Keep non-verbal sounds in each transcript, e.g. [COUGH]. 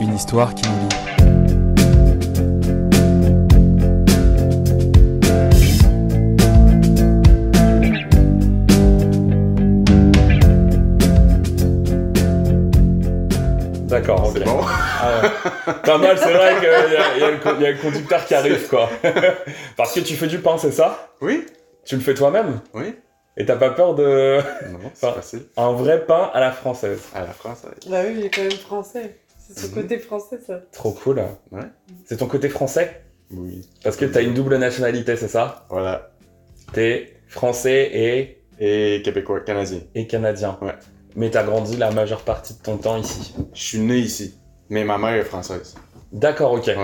une histoire qui nous lie. D'accord, ok. C'est bon. Ah ouais. Pas mal, c'est vrai qu'il y, a- y a le co- y a le conducteur qui arrive, quoi. [LAUGHS] Parce que tu fais du pain, c'est ça Oui, Tu le fais toi-même oui. Et t'as pas peur de... [LAUGHS] Non, c'est Enfin. facile. Un vrai pain à la française. À la France, ouais. Bah oui, il est quand même français. C'est son Mhm. côté français, ça. Trop cool. Ouais. C'est ton côté français oui. Parce que t'as une double nationalité, c'est ça Voilà. T'es français et, Et québécois, canadien. et canadien. Ouais. Mais t'as grandi la majeure partie de ton temps ici. Je suis né ici, mais ma mère est française. D'accord, ok. Ouais.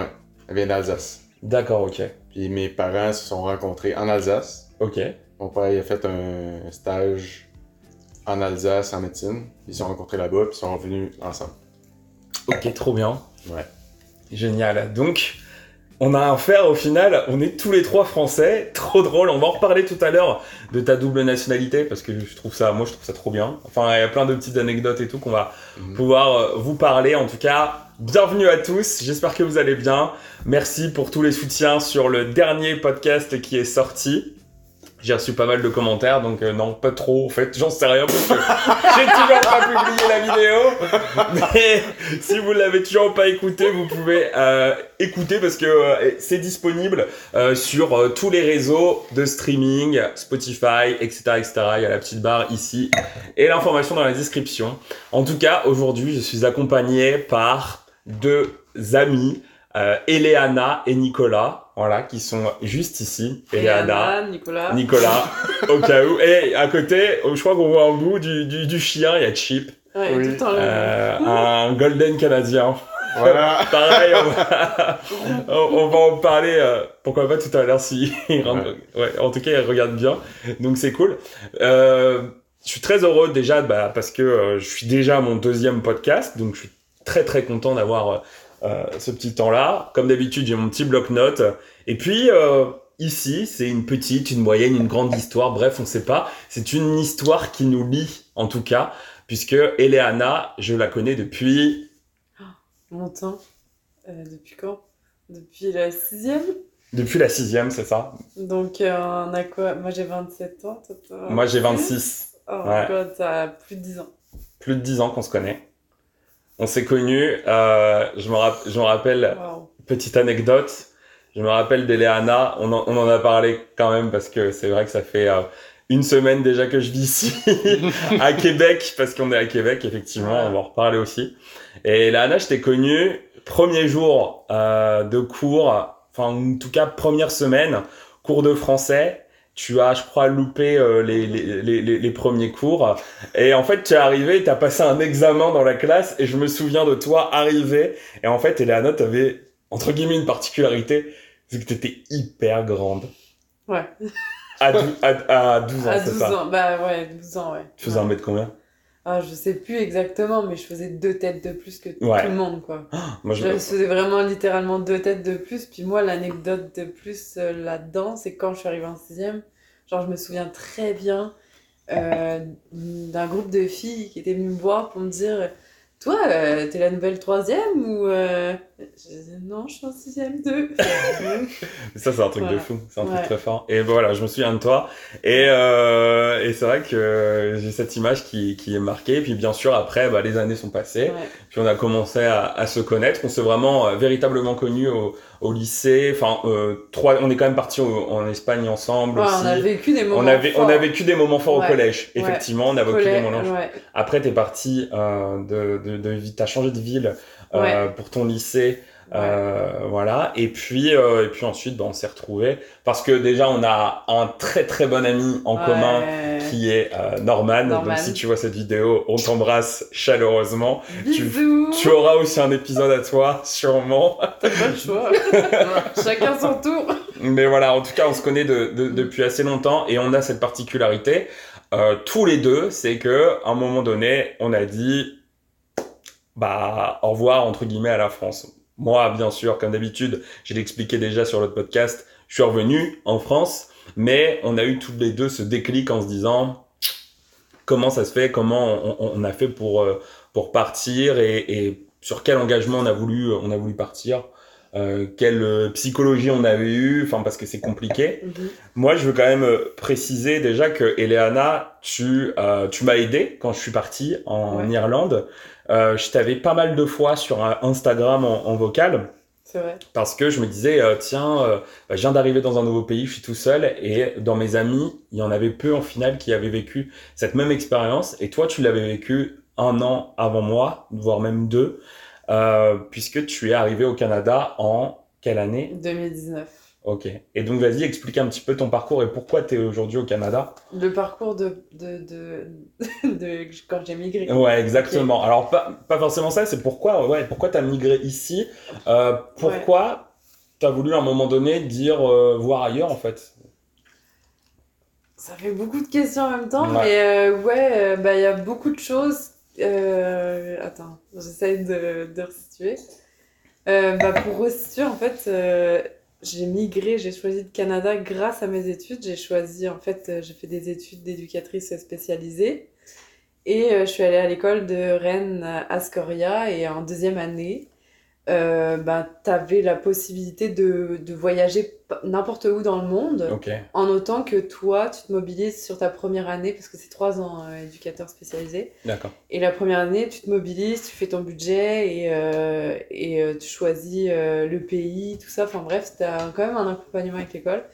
Elle vient d'Alsace. D'accord, ok. Puis mes parents se sont rencontrés en Alsace. Ok. Mon père il a fait un stage en Alsace en médecine. Ils se sont rencontrés là-bas puis ils sont revenus [LAUGHS] ensemble. Ok, trop bien. Ouais. Génial. Donc, on a un faire au final. On est tous les trois français. Trop drôle. On va en reparler tout à l'heure de ta double nationalité parce que je trouve ça, moi, je trouve ça trop bien. Enfin, il y a plein de petites anecdotes et tout qu'on va Mhm. pouvoir euh, vous parler. En tout cas, bienvenue à tous. J'espère que vous allez bien. Merci pour tous les soutiens sur le dernier podcast qui est sorti. J'ai reçu pas mal de commentaires, donc euh, non, pas trop en fait, j'en sais rien parce que [LAUGHS] j'ai toujours pas publié la vidéo. [LAUGHS] Mais si vous l'avez toujours pas écouté, vous pouvez euh, écouter parce que euh, c'est disponible euh, sur euh, tous les réseaux de streaming, Spotify, etc., etc. Il y a la petite barre ici et l'information dans la description. En tout cas, aujourd'hui, je suis accompagné par deux amis, euh, Eleana et Nicolas, voilà, qui sont juste ici. Eleana. Anna, Nicolas. Nicolas, au cas où. Et à côté, je crois qu'on voit un bout du, du, du chien, il y a Chip, Ouais, Oui. tout le temps le euh, un golden canadien. Voilà. Pareil, on va, [LAUGHS] on- on va en parler, euh, pourquoi pas tout à l'heure si il [LAUGHS] rentre- ouais, en tout cas, il regarde bien, donc c'est cool. Euh, je suis très heureux déjà bah, parce que euh, je suis déjà à mon deuxième podcast, donc je suis très très content d'avoir euh, euh, ce petit temps-là. Comme d'habitude, j'ai mon petit bloc-notes. Et puis euh, ici, c'est une petite, une moyenne, une grande histoire. Bref, on ne sait pas. C'est une histoire qui nous lie, en tout cas, puisque Eleana, je la connais depuis. Mon temps. Euh, depuis quand Depuis la sixième Depuis la sixième, c'est ça Donc, euh, on a quoi Moi, j'ai 27 ans. toi, t'as- Moi, j'ai 26. Oh, ouais. God, t'as plus de 10 ans. Plus de 10 ans qu'on se connaît. On s'est connus. euh, je me rap- je me rappelle Waouh. petite anecdote. Je me rappelle d'Eleana, on, en- on en a parlé quand même parce que c'est vrai que ça fait euh, une semaine déjà que je vis ici à Québec, parce qu'on est à Québec, effectivement, on va en reparler aussi. Et Eleana, je t'ai connue premier jour euh, de cours, enfin en tout cas première semaine, cours de français. Tu as, je crois, loupé euh, les, les, les, les- les premiers cours. Et en fait, tu es arrivé, tu as passé un examen dans la classe et je me souviens de toi arriver. Et en fait, Eleana, t'avais entre guillemets une particularité, c'est que t'étais hyper grande. Ouais. À, dou- à, à 12 ans, À c'est 12 ça ans. Bah ouais, 12 ans, ouais. Tu faisais un mètre combien Ah, je sais plus exactement, mais je faisais deux têtes de plus que t- Ouais. tout le monde, quoi. Moi, Je je... faisais vraiment littéralement deux têtes de plus. Puis moi, l'anecdote de plus euh, là-dedans, c'est quand je suis arrivée en sixième. Genre, je me souviens très bien euh, d'un groupe de filles qui étaient venues me voir pour me dire Toi, euh, t'es la nouvelle troisième ou. euh, Je disais Non, je suis en sixième [LAUGHS] deux. Ça, c'est un truc de Voilà. fou. C'est un Ouais. truc très fort. Et ben voilà, je me souviens de toi. Et, euh, et c'est vrai que j'ai cette image qui, qui est marquée. Et puis, bien sûr, après, bah, les années sont passées. Ouais. Puis on a commencé à, à se connaître. On s'est vraiment euh, véritablement connus au, au lycée. Enfin, euh, trois, on est quand même partis au- en Espagne ensemble Ouais, aussi. on a vécu des moments. on, avait, forts. on a vécu des moments forts Ouais. au collège. Ouais. Effectivement, on a vécu des Collège, moments ouais. Après, t'es parti euh, de, de, de vie- t'as changé de ville euh, pour ton lycée, euh, voilà. Et puis, euh, et puis ensuite, ben, on s'est retrouvés parce que déjà, on a un très très bon ami en Ouais. commun qui est euh, Norman. Norman. Donc, si tu vois cette vidéo, on t'embrasse chaleureusement. Bisous Tu auras aussi un épisode à toi, sûrement. Pas le choix. [LAUGHS] Chacun son tour. Mais voilà, en tout cas, on se connaît de- de- depuis assez longtemps et on a cette particularité euh, tous les deux, c'est que à un moment donné, on a dit bah au revoir entre guillemets à la France. Moi, bien sûr, comme d'habitude, je l'expliquais déjà sur l'autre podcast, je suis revenu en France, mais on a eu tous les deux ce déclic en se disant comment ça se fait, comment on, on- on a fait pour euh, pour partir et, et sur quel engagement on a voulu, on a voulu partir, euh, quelle euh, psychologie on avait eu, enfin parce que c'est compliqué. Mhm. Moi, je veux quand même euh, préciser déjà que Eleana, tu, euh, tu m'as aidé quand je suis parti en Ouais. Irlande. Euh, je t'avais pas mal de fois sur euh, Instagram en, en vocal C'est vrai. parce que je me disais euh, tiens, euh, bah, je viens d'arriver dans un nouveau pays, je suis tout seul et dans mes amis, il y en avait peu en finale qui avaient vécu cette même expérience et toi, tu l'avais vécu un an avant moi, voire même deux, euh, puisque tu es arrivé au Canada en quelle année 2019. Ok. Et donc, vas-y, explique un petit peu ton parcours et pourquoi tu es aujourd'hui au Canada. Le parcours de, de, [LAUGHS] de, de- quand j'ai migré. Ouais, exactement. Alors, pas, pas forcément ça, c'est pourquoi, ouais, pourquoi tu as migré ici euh, Pourquoi tu as voulu à un moment donné dire euh, voir ailleurs, en fait Ça fait beaucoup de questions en même temps, Ouais. mais euh, ouais, euh, bah, il y a beaucoup de choses. euh, attends, j'essaie de, de resituer. Euh, bah, pour restituer, en fait, euh, j'ai migré, j'ai choisi le Canada grâce à mes études. J'ai choisi, en fait, euh, j'ai fait des études d'éducatrice spécialisée. Et euh, je suis allée à l'école de Rennes à Scoria et en deuxième année, euh, bah, tu avais la possibilité de, de voyager p- n'importe où dans le monde. Ok. En autant que toi, tu te mobilises sur ta première année, parce que c'est trois ans euh, éducateur spécialisé. D'accord. Et la première année, tu te mobilises, tu fais ton budget et, euh, et euh, tu choisis euh, le pays, tout ça. Enfin bref, tu as quand même un accompagnement avec l'école.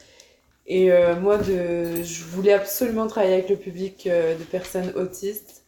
Et euh, moi, de, je voulais absolument travailler avec le public euh, de personnes autistes.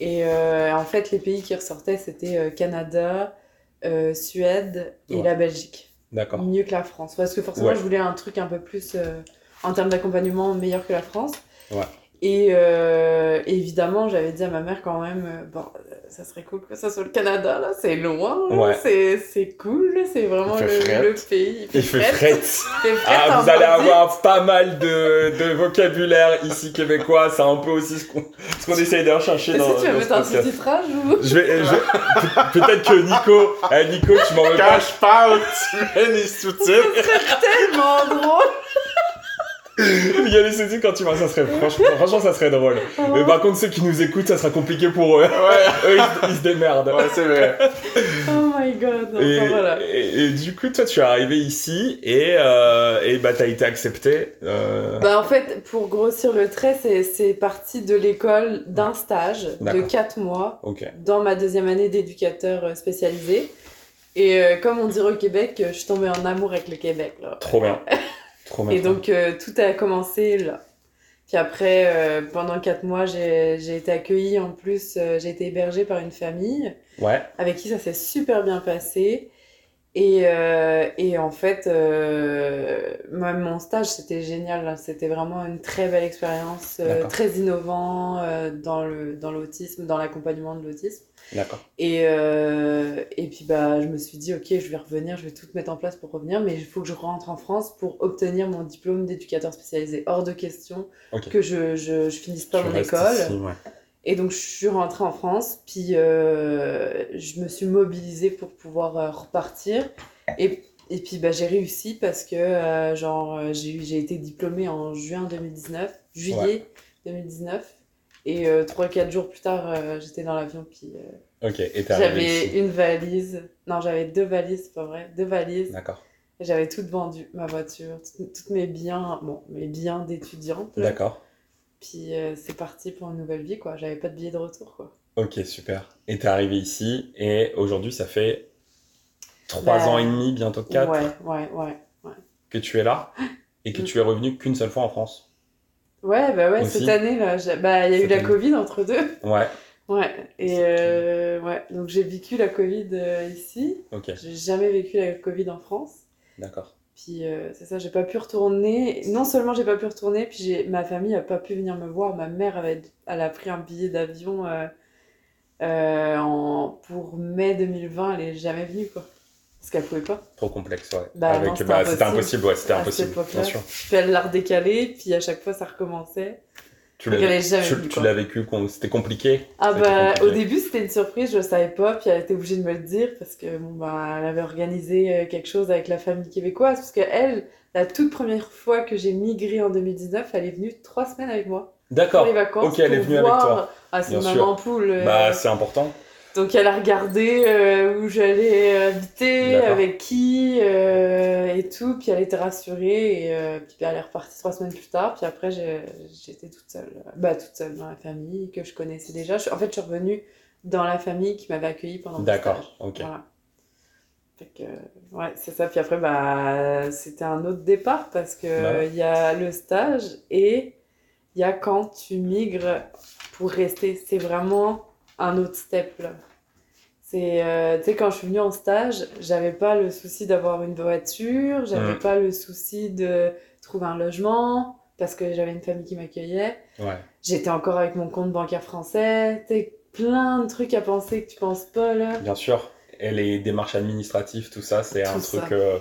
Et euh, en fait, les pays qui ressortaient, c'était euh, Canada, euh, Suède et Ouais. la Belgique D'accord. mieux que la France. Parce que forcément, Ouais. je voulais un truc un peu plus, euh, en termes d'accompagnement, meilleur que la France. Ouais. Et euh, évidemment, j'avais dit à ma mère quand même, euh, bon, euh, ça serait cool que ça soit le Canada, là, c'est loin, là, Ouais. c'est- c'est cool, là, c'est vraiment Il fait frette. le, le pays. Il fait fret. [LAUGHS] Il fait frette, Ah, en vous allez Nordique. avoir pas mal de, de vocabulaire ici québécois. C'est un peu aussi ce qu'on ce qu'on essaye de rechercher Est-ce dans, que tu vas dans mettre un ce podcast. sous-titrage ou Je vais, je- Pe- Peut-être que Nico, eh, Nico, tu m'en veux pas. Quand je parle, tu mets les sous-titres. [LAUGHS] tellement drôle Il y a les sous-titres quand tu vois, ça serait franchement, franchement, ça serait drôle. [LAUGHS] Mais bah, par contre, ceux qui nous écoutent, ça sera compliqué pour eux. Ouais, [LAUGHS] Eux, ils, ils se démerdent. ouais c'est vrai. Oh my god, enfin, Et, voilà. et- et du coup, toi, tu es arrivé ici et, euh, et bah, t'as été accepté. euh, Bah, en fait, pour grossir le trait, c'est- c'est parti de l'école d'un stage de D'accord. 4 mois Ok. dans ma deuxième année d'éducateur euh, spécialisé. Et euh, comme on dirait au Québec, euh, je suis tombée en amour avec le Québec. Là. Trop [LAUGHS] bien. Trop bien. Et donc euh, tout a commencé là. Puis après, euh, pendant quatre mois, j'ai j'ai été accueillie. En plus, euh, j'ai été hébergée par une famille Ouais. avec qui ça s'est super bien passé. Et, euh, et en fait, euh, moi, mon stage, c'était génial. hein. C'était vraiment une très belle expérience, euh, D'accord. très innovant euh, dans le- dans l'autisme, dans l'accompagnement de l'autisme. D'accord. Et, euh, et puis bah, je me suis dit, ok, je vais revenir, je vais tout mettre en place pour revenir, mais il faut que je rentre en France pour obtenir mon diplôme d'éducateur spécialisé. Hors de question Ok. que je, je, je finisse pas Tu mon restes école. ici, ouais. Et donc je suis rentrée en France, puis euh, je me suis mobilisée pour pouvoir euh, repartir. Et, et puis bah, j'ai réussi parce que euh, genre euh, j'ai eu- j'ai été diplômée en juin 2019, juillet 2019. Et 3-4 jours plus tard, euh, j'étais dans l'avion, puis... euh, Ok. Et t'es arrivé j'avais ici. une valise. Non, j'avais deux valises, c'est pas vrai. Deux valises. D'accord. Et J'avais toutes vendues. Ma voiture, tout- toutes mes biens, bon, mes biens d'étudiante. là. D'accord. Puis euh, c'est parti pour une nouvelle vie, quoi. J'avais pas de billet de retour, quoi. Ok, super. Et t'es arrivé ici et aujourd'hui, ça fait trois Bah, ans et demi, bientôt quatre, Ouais, ouais, ouais. que tu es là et que Mm. tu es revenu qu'une seule fois en France. Ouais, bah ouais, Aussi. cette année, là, j'ai- bah, il y a eu Cette la année. Covid entre deux. [LAUGHS] Ouais. Ouais, et C'est clair. euh, ouais, donc j'ai vécu la Covid euh, ici. Ok. J'ai jamais vécu la Covid en France. D'accord. Puis euh, c'est ça, j'ai pas pu retourner. Non seulement j'ai pas pu retourner, puis j'ai ma famille a pas pu venir me voir. Ma mère avait, elle a pris un billet d'avion euh, euh, en... pour mai 2020. Elle est jamais venue quoi, parce qu'elle pouvait pas. Trop complexe, ouais. Bah non, c'était c'était impossible, impossible. ouais, c'était À impossible, cette époque-là. bien sûr. Puis elle l'a redécalé, puis à chaque fois ça recommençait. Tu Donc, elle est l'as jamais tu- venue, tu quoi. l'as vécu, con- c'était compliqué. Ah Ça a été bah compliqué. au début c'était une surprise, je le savais pas, puis elle était obligée de me le dire parce que bon bah elle avait organisé euh, quelque chose avec la famille québécoise parce que elle, la toute première fois que j'ai migré en 2019, elle est venue trois semaines avec moi. pour D'accord. les vacances. Ok, elle est pour venue avec voir... toi. Ah, c'est Bien une sûr. maman poule. euh, Bah, c'est important. Donc elle a regardé euh, où j'allais habiter, D'accord. avec qui euh, et tout. Puis elle était rassurée et euh, puis elle est repartie trois semaines plus tard. Puis après j'ai- j'étais toute seule, euh, bah toute seule dans la famille que je connaissais déjà. Je- en fait je suis revenue dans la famille qui m'avait accueillie pendant mon stage. D'accord, ok. Voilà. Fait que, euh, ouais, c'est ça. Puis après, bah, c'était un autre départ parce que Bah ouais. il y a le stage et il y a quand tu migres pour rester. C'est vraiment un autre step là. C'est, euh, tu sais, quand je suis venue en stage, j'avais pas le souci d'avoir une voiture, j'avais Mhm. pas le souci de trouver un logement parce que j'avais une famille qui m'accueillait. Ouais. J'étais encore avec mon compte bancaire français, tu sais, plein de trucs à penser que tu penses pas là. Bien sûr. Et les démarches administratives, tout ça, c'est un Tout truc ça. euh,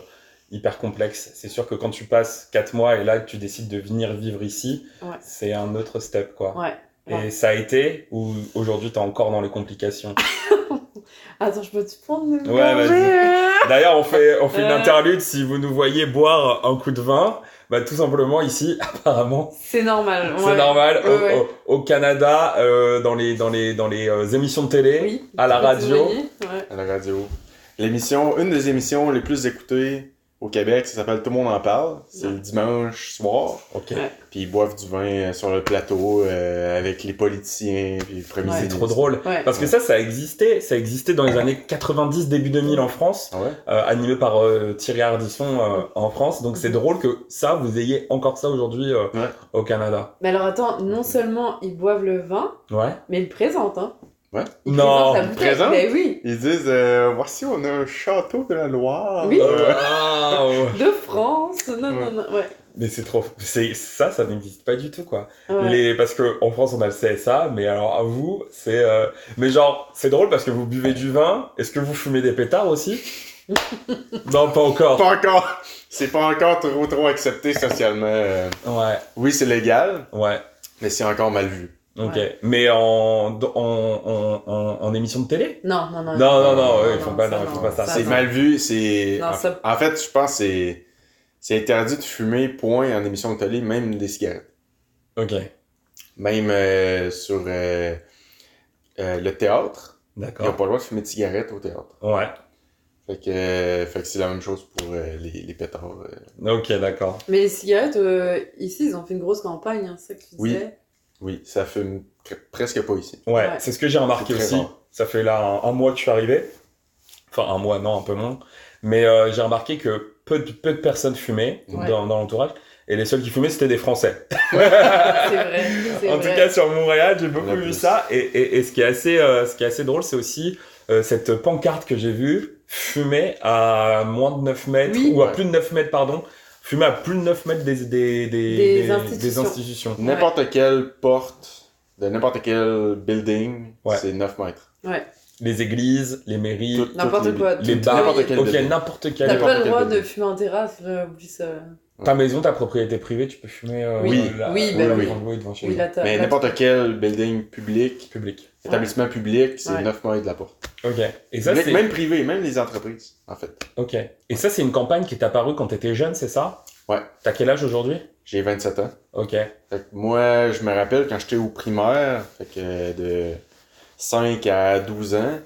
hyper complexe. C'est sûr que quand tu passes 4 mois et là que tu décides de venir vivre ici, Ouais. c'est un autre step, quoi. Ouais. Et Ouais. ça a été ou aujourd'hui t'es encore dans les complications Attends, je peux te prendre le Ouais, vas-y. D'ailleurs, on fait, on fait une Euh. interlude. Si vous nous voyez boire un coup de vin, bah, tout simplement ici, [LAUGHS] apparemment, C'est normal. c'est ouais. normal. Ouais, Au- ouais. Au, au Canada, euh, dans les, dans les, dans les euh, émissions de télé, Oui, à la tu peux radio. témoigner, ouais. à la radio. L'émission, une des émissions les plus écoutées au Québec, ça s'appelle Tout le monde en parle. C'est Ouais. le dimanche soir. ok, Ouais. Puis ils boivent du vin euh, sur le plateau euh, avec les politiciens. Puis le premier Ouais. c'est ministre. trop drôle. Ouais. Parce que ça, ça existait. Ça existait dans les années 90, début 2000 en France, Ah ouais? euh, animé par euh, Thierry Ardisson euh, en France. Donc c'est drôle que ça, vous ayez encore ça aujourd'hui euh, Ouais. au Canada. Mais alors attends, non seulement ils boivent le vin, Ouais. mais ils le présentent, hein. Ils non. présentent la bouteille. présentent Ben oui, Ils disent euh, Voici, on a un château de la Loire. Oui. Euh, Waouh. de France. Non, non, non, ouais. Mais c'est trop. C'est ça, ça n'existe pas du tout quoi. Ouais. Les parce que en France on a le CSA, mais alors à vous c'est. euh, Mais genre c'est drôle parce que vous buvez du vin. Est-ce que vous fumez des pétards [LAUGHS] aussi Non, pas encore. Pas encore. C'est pas encore trop trop accepté socialement. euh. Ouais, Oui, c'est légal, ouais. mais c'est encore mal vu. Ok. Ouais. Mais en en, en en en émission de télé Non, non, Non, non. non, non, non, ouais, ils font non, pas, ça, non, ils non, font pas ça. ça, C'est c'est Ah non. mal. mal vu, c'est. Non, en- ça- En fait, je pense que c'est. C'est interdit de fumer, point, en émission de télé, même des cigarettes. Ok, Même euh, sur euh, euh, le théâtre, ils Ah. n'ont d'accord. pas le droit de fumer de cigarettes au théâtre. Ouais. Fait que, euh, fait que c'est la même chose pour euh, les, les pétards. euh. Ok, d'accord. Mais les cigarettes, euh, ici, ils ont fait une grosse campagne, hein, c'est ça que tu Oui. disais. Oui, ça fume pre- presque pas ici. Ouais, Ouais. c'est ce que j'ai remarqué C'est très aussi. rare. Ça fait là un, un mois que je suis arrivé. Enfin, un mois, non, un peu moins. Mais euh, j'ai remarqué que peu de, peu de personnes fumaient Ouais. dans, dans l'entourage. Et les seuls qui fumaient, c'était des Français. [LAUGHS] C'est vrai. c'est en tout vrai. cas, sur Montréal, j'ai beaucoup La vu plus. ça. Et, et, et ce, qui est assez, euh, ce qui est assez drôle, c'est aussi euh, cette pancarte que j'ai vue, fumer à moins de 9 mètres, Oui. ou à Ouais. plus de 9 mètres, pardon. Fumer à plus de 9 mètres des, des, des, Des institutions. institutions. N'importe quelle porte de n'importe quel building, Ouais. c'est 9 mètres. Les églises, les mairies, Tout- N'importe toutes les- quoi. les tout- bars. N'importe quel ok, building. n'importe quel T'as n'importe pas le quel droit de délire. fumer en terrasse, là, euh, oublie ça. Ta maison, ta propriété privée, tu peux fumer. euh, Oui. la- Oui, ben la- oui. la- oui, devant chez Oui, vous. là, t'as- Mais là, n'importe quel building public, Public. établissement public, c'est Ouais. 9 mètres de la porte. Ok. Et ça, même, c'est. même privé, même les entreprises, en fait. Ok. Et ça, c'est une campagne qui est apparue quand t'étais jeune, c'est ça Ouais. T'as quel âge aujourd'hui J'ai 27 ans. Ok. Fait que moi, je me rappelle quand j'étais au primaire, fait que euh, de 5 à 12 ans,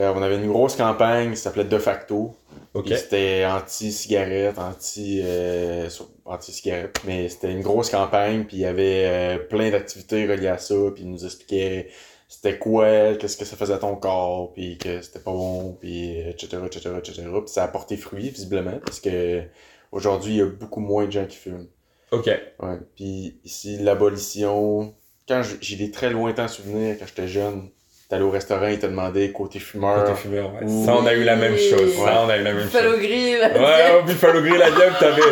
euh, on avait une grosse campagne qui s'appelait De facto. Ok. Puis C'était anti-cigarette, anti, euh, sur- anti-cigarette. Mais c'était une grosse campagne, puis il y avait euh, plein d'activités reliées à ça, puis ils nous expliquaient c'était quoi, qu'est-ce que ça faisait à ton corps, puis que c'était pas bon, puis euh, etc., etc., etc. Puis ça a porté fruit, visiblement, parce que aujourd'hui, il y a beaucoup moins de gens qui fument. Ok. Ouais. Puis ici, l'abolition. Quand j- j'ai des très lointains souvenirs, quand j'étais jeune, t'allais au restaurant, ils te demandaient côté fumeur. Côté fumeur, ouais. Ouh. Ça, on a eu la même chose. Ouais. Ça, on a eu la même Euh, Buffalo chose. Grill. Ouais, au Buffalo Grill, la diable, t'avais.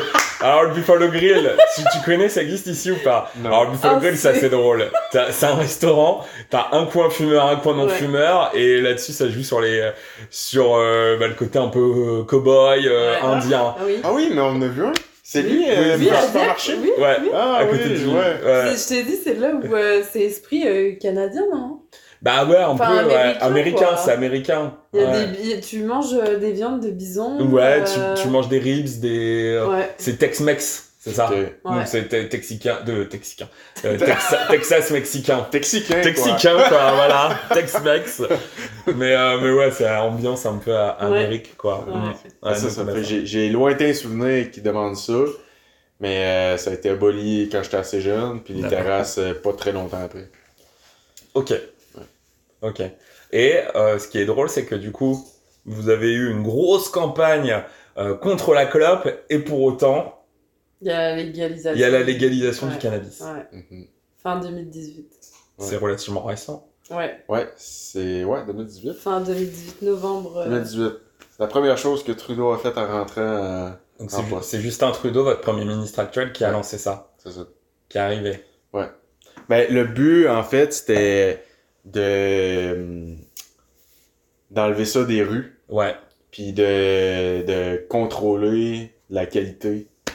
Alors, le Buffalo Grill, si tu connais, ça existe ici ou pas Non. Alors, le Buffalo Ah, Grill, ça, c'est- c'est drôle. T'as- C'est un restaurant, t'as un coin fumeur, un coin non-fumeur, et là-dessus, ça joue sur les, sur euh, bah, le côté un peu euh, cow-boy, euh, Ouais. indien. Ah oui. Ah oui, mais on en a vu un. C'est Oui. lui, euh, Oui, dans à le la supermarché. Diac, oui. Ouais, Ah à oui, côté du ouais. ouais. Je t'ai dit, c'est là où euh, c'est esprit euh, canadien, non Bah ouais, un Enfin, peu, ouais. américain, Américain, quoi. c'est américain. Il y a ouais, des bi- Tu manges euh, des viandes de bison. Ouais, euh, tu, tu manges des ribs, des. euh, Ouais. C'est Tex-Mex. C'est ça. Que- Ouais. Donc c'est te- texicain, de texicain, [LAUGHS] Euh, Texa- Texas mexicain. Texicain, hein, quoi. Ah, Texicain, hein, quoi, voilà, Tex-Mex. Mais, euh, mais ouais, c'est ambiance un peu à, à Ouais. Amérique, quoi. Ouais. Mm. Ouais, Ah, ça, donc, ça on me a fait- J'ai j'ai lointain souvenir qui demande ça, mais euh, ça a été aboli quand j'étais assez jeune, puis les D'accord. terrasses euh, pas très longtemps après. Ok. Ok. Et euh, ce qui est drôle, c'est que du coup, vous avez eu une grosse campagne euh, contre la clope, et pour autant, Il y a la légalisation. il y a la légalisation du Ouais. cannabis. Ouais, Mhm. fin 2018. C'est relativement récent. Ouais, Ouais, c'est. Ouais, 2018. fin 2018, novembre. euh, 2018. C'est la première chose que Trudeau a faite en rentrant. euh, Donc Ah, c'est ju- ouais. c'est Justin Trudeau, votre premier ministre actuel, qui a Ouais. lancé ça, c'est ça. qui est arrivé. Ben, le but, en fait, c'était de. euh, d'enlever ça des rues. Ouais. puis de, de contrôler la qualité de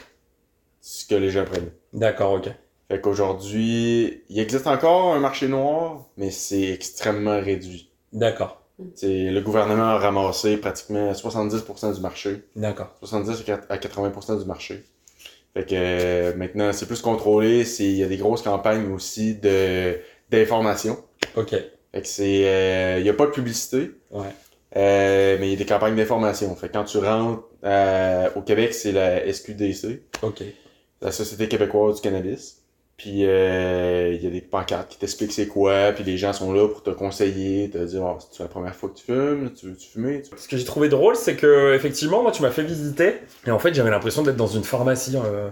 ce que les gens prennent. D'accord, ok. Fait qu'aujourd'hui, il existe encore un marché noir, mais c'est extrêmement réduit. D'accord. C'est le gouvernement a ramassé pratiquement 70% du marché, D'accord. 70 à 80% du marché. Fait que euh, maintenant, c'est plus contrôlé, c'est il y a des grosses campagnes aussi de d'information. Ok. Fait que c'est. euh, Il n'y a pas de publicité. Ouais. Euh, mais il y a des campagnes d'information. Fait que quand tu rentres euh, au Québec, c'est la SQDC, Ok. la Société québécoise du cannabis. Puis euh, il y a des pancartes qui t'expliquent c'est quoi, puis les gens sont là pour te conseiller, te dire oh, c'est la première fois que tu fumes, tu veux tu fumer. Tu... Ce que j'ai trouvé drôle, c'est que effectivement, moi, tu m'as fait visiter, et en fait, j'avais l'impression d'être dans une pharmacie euh,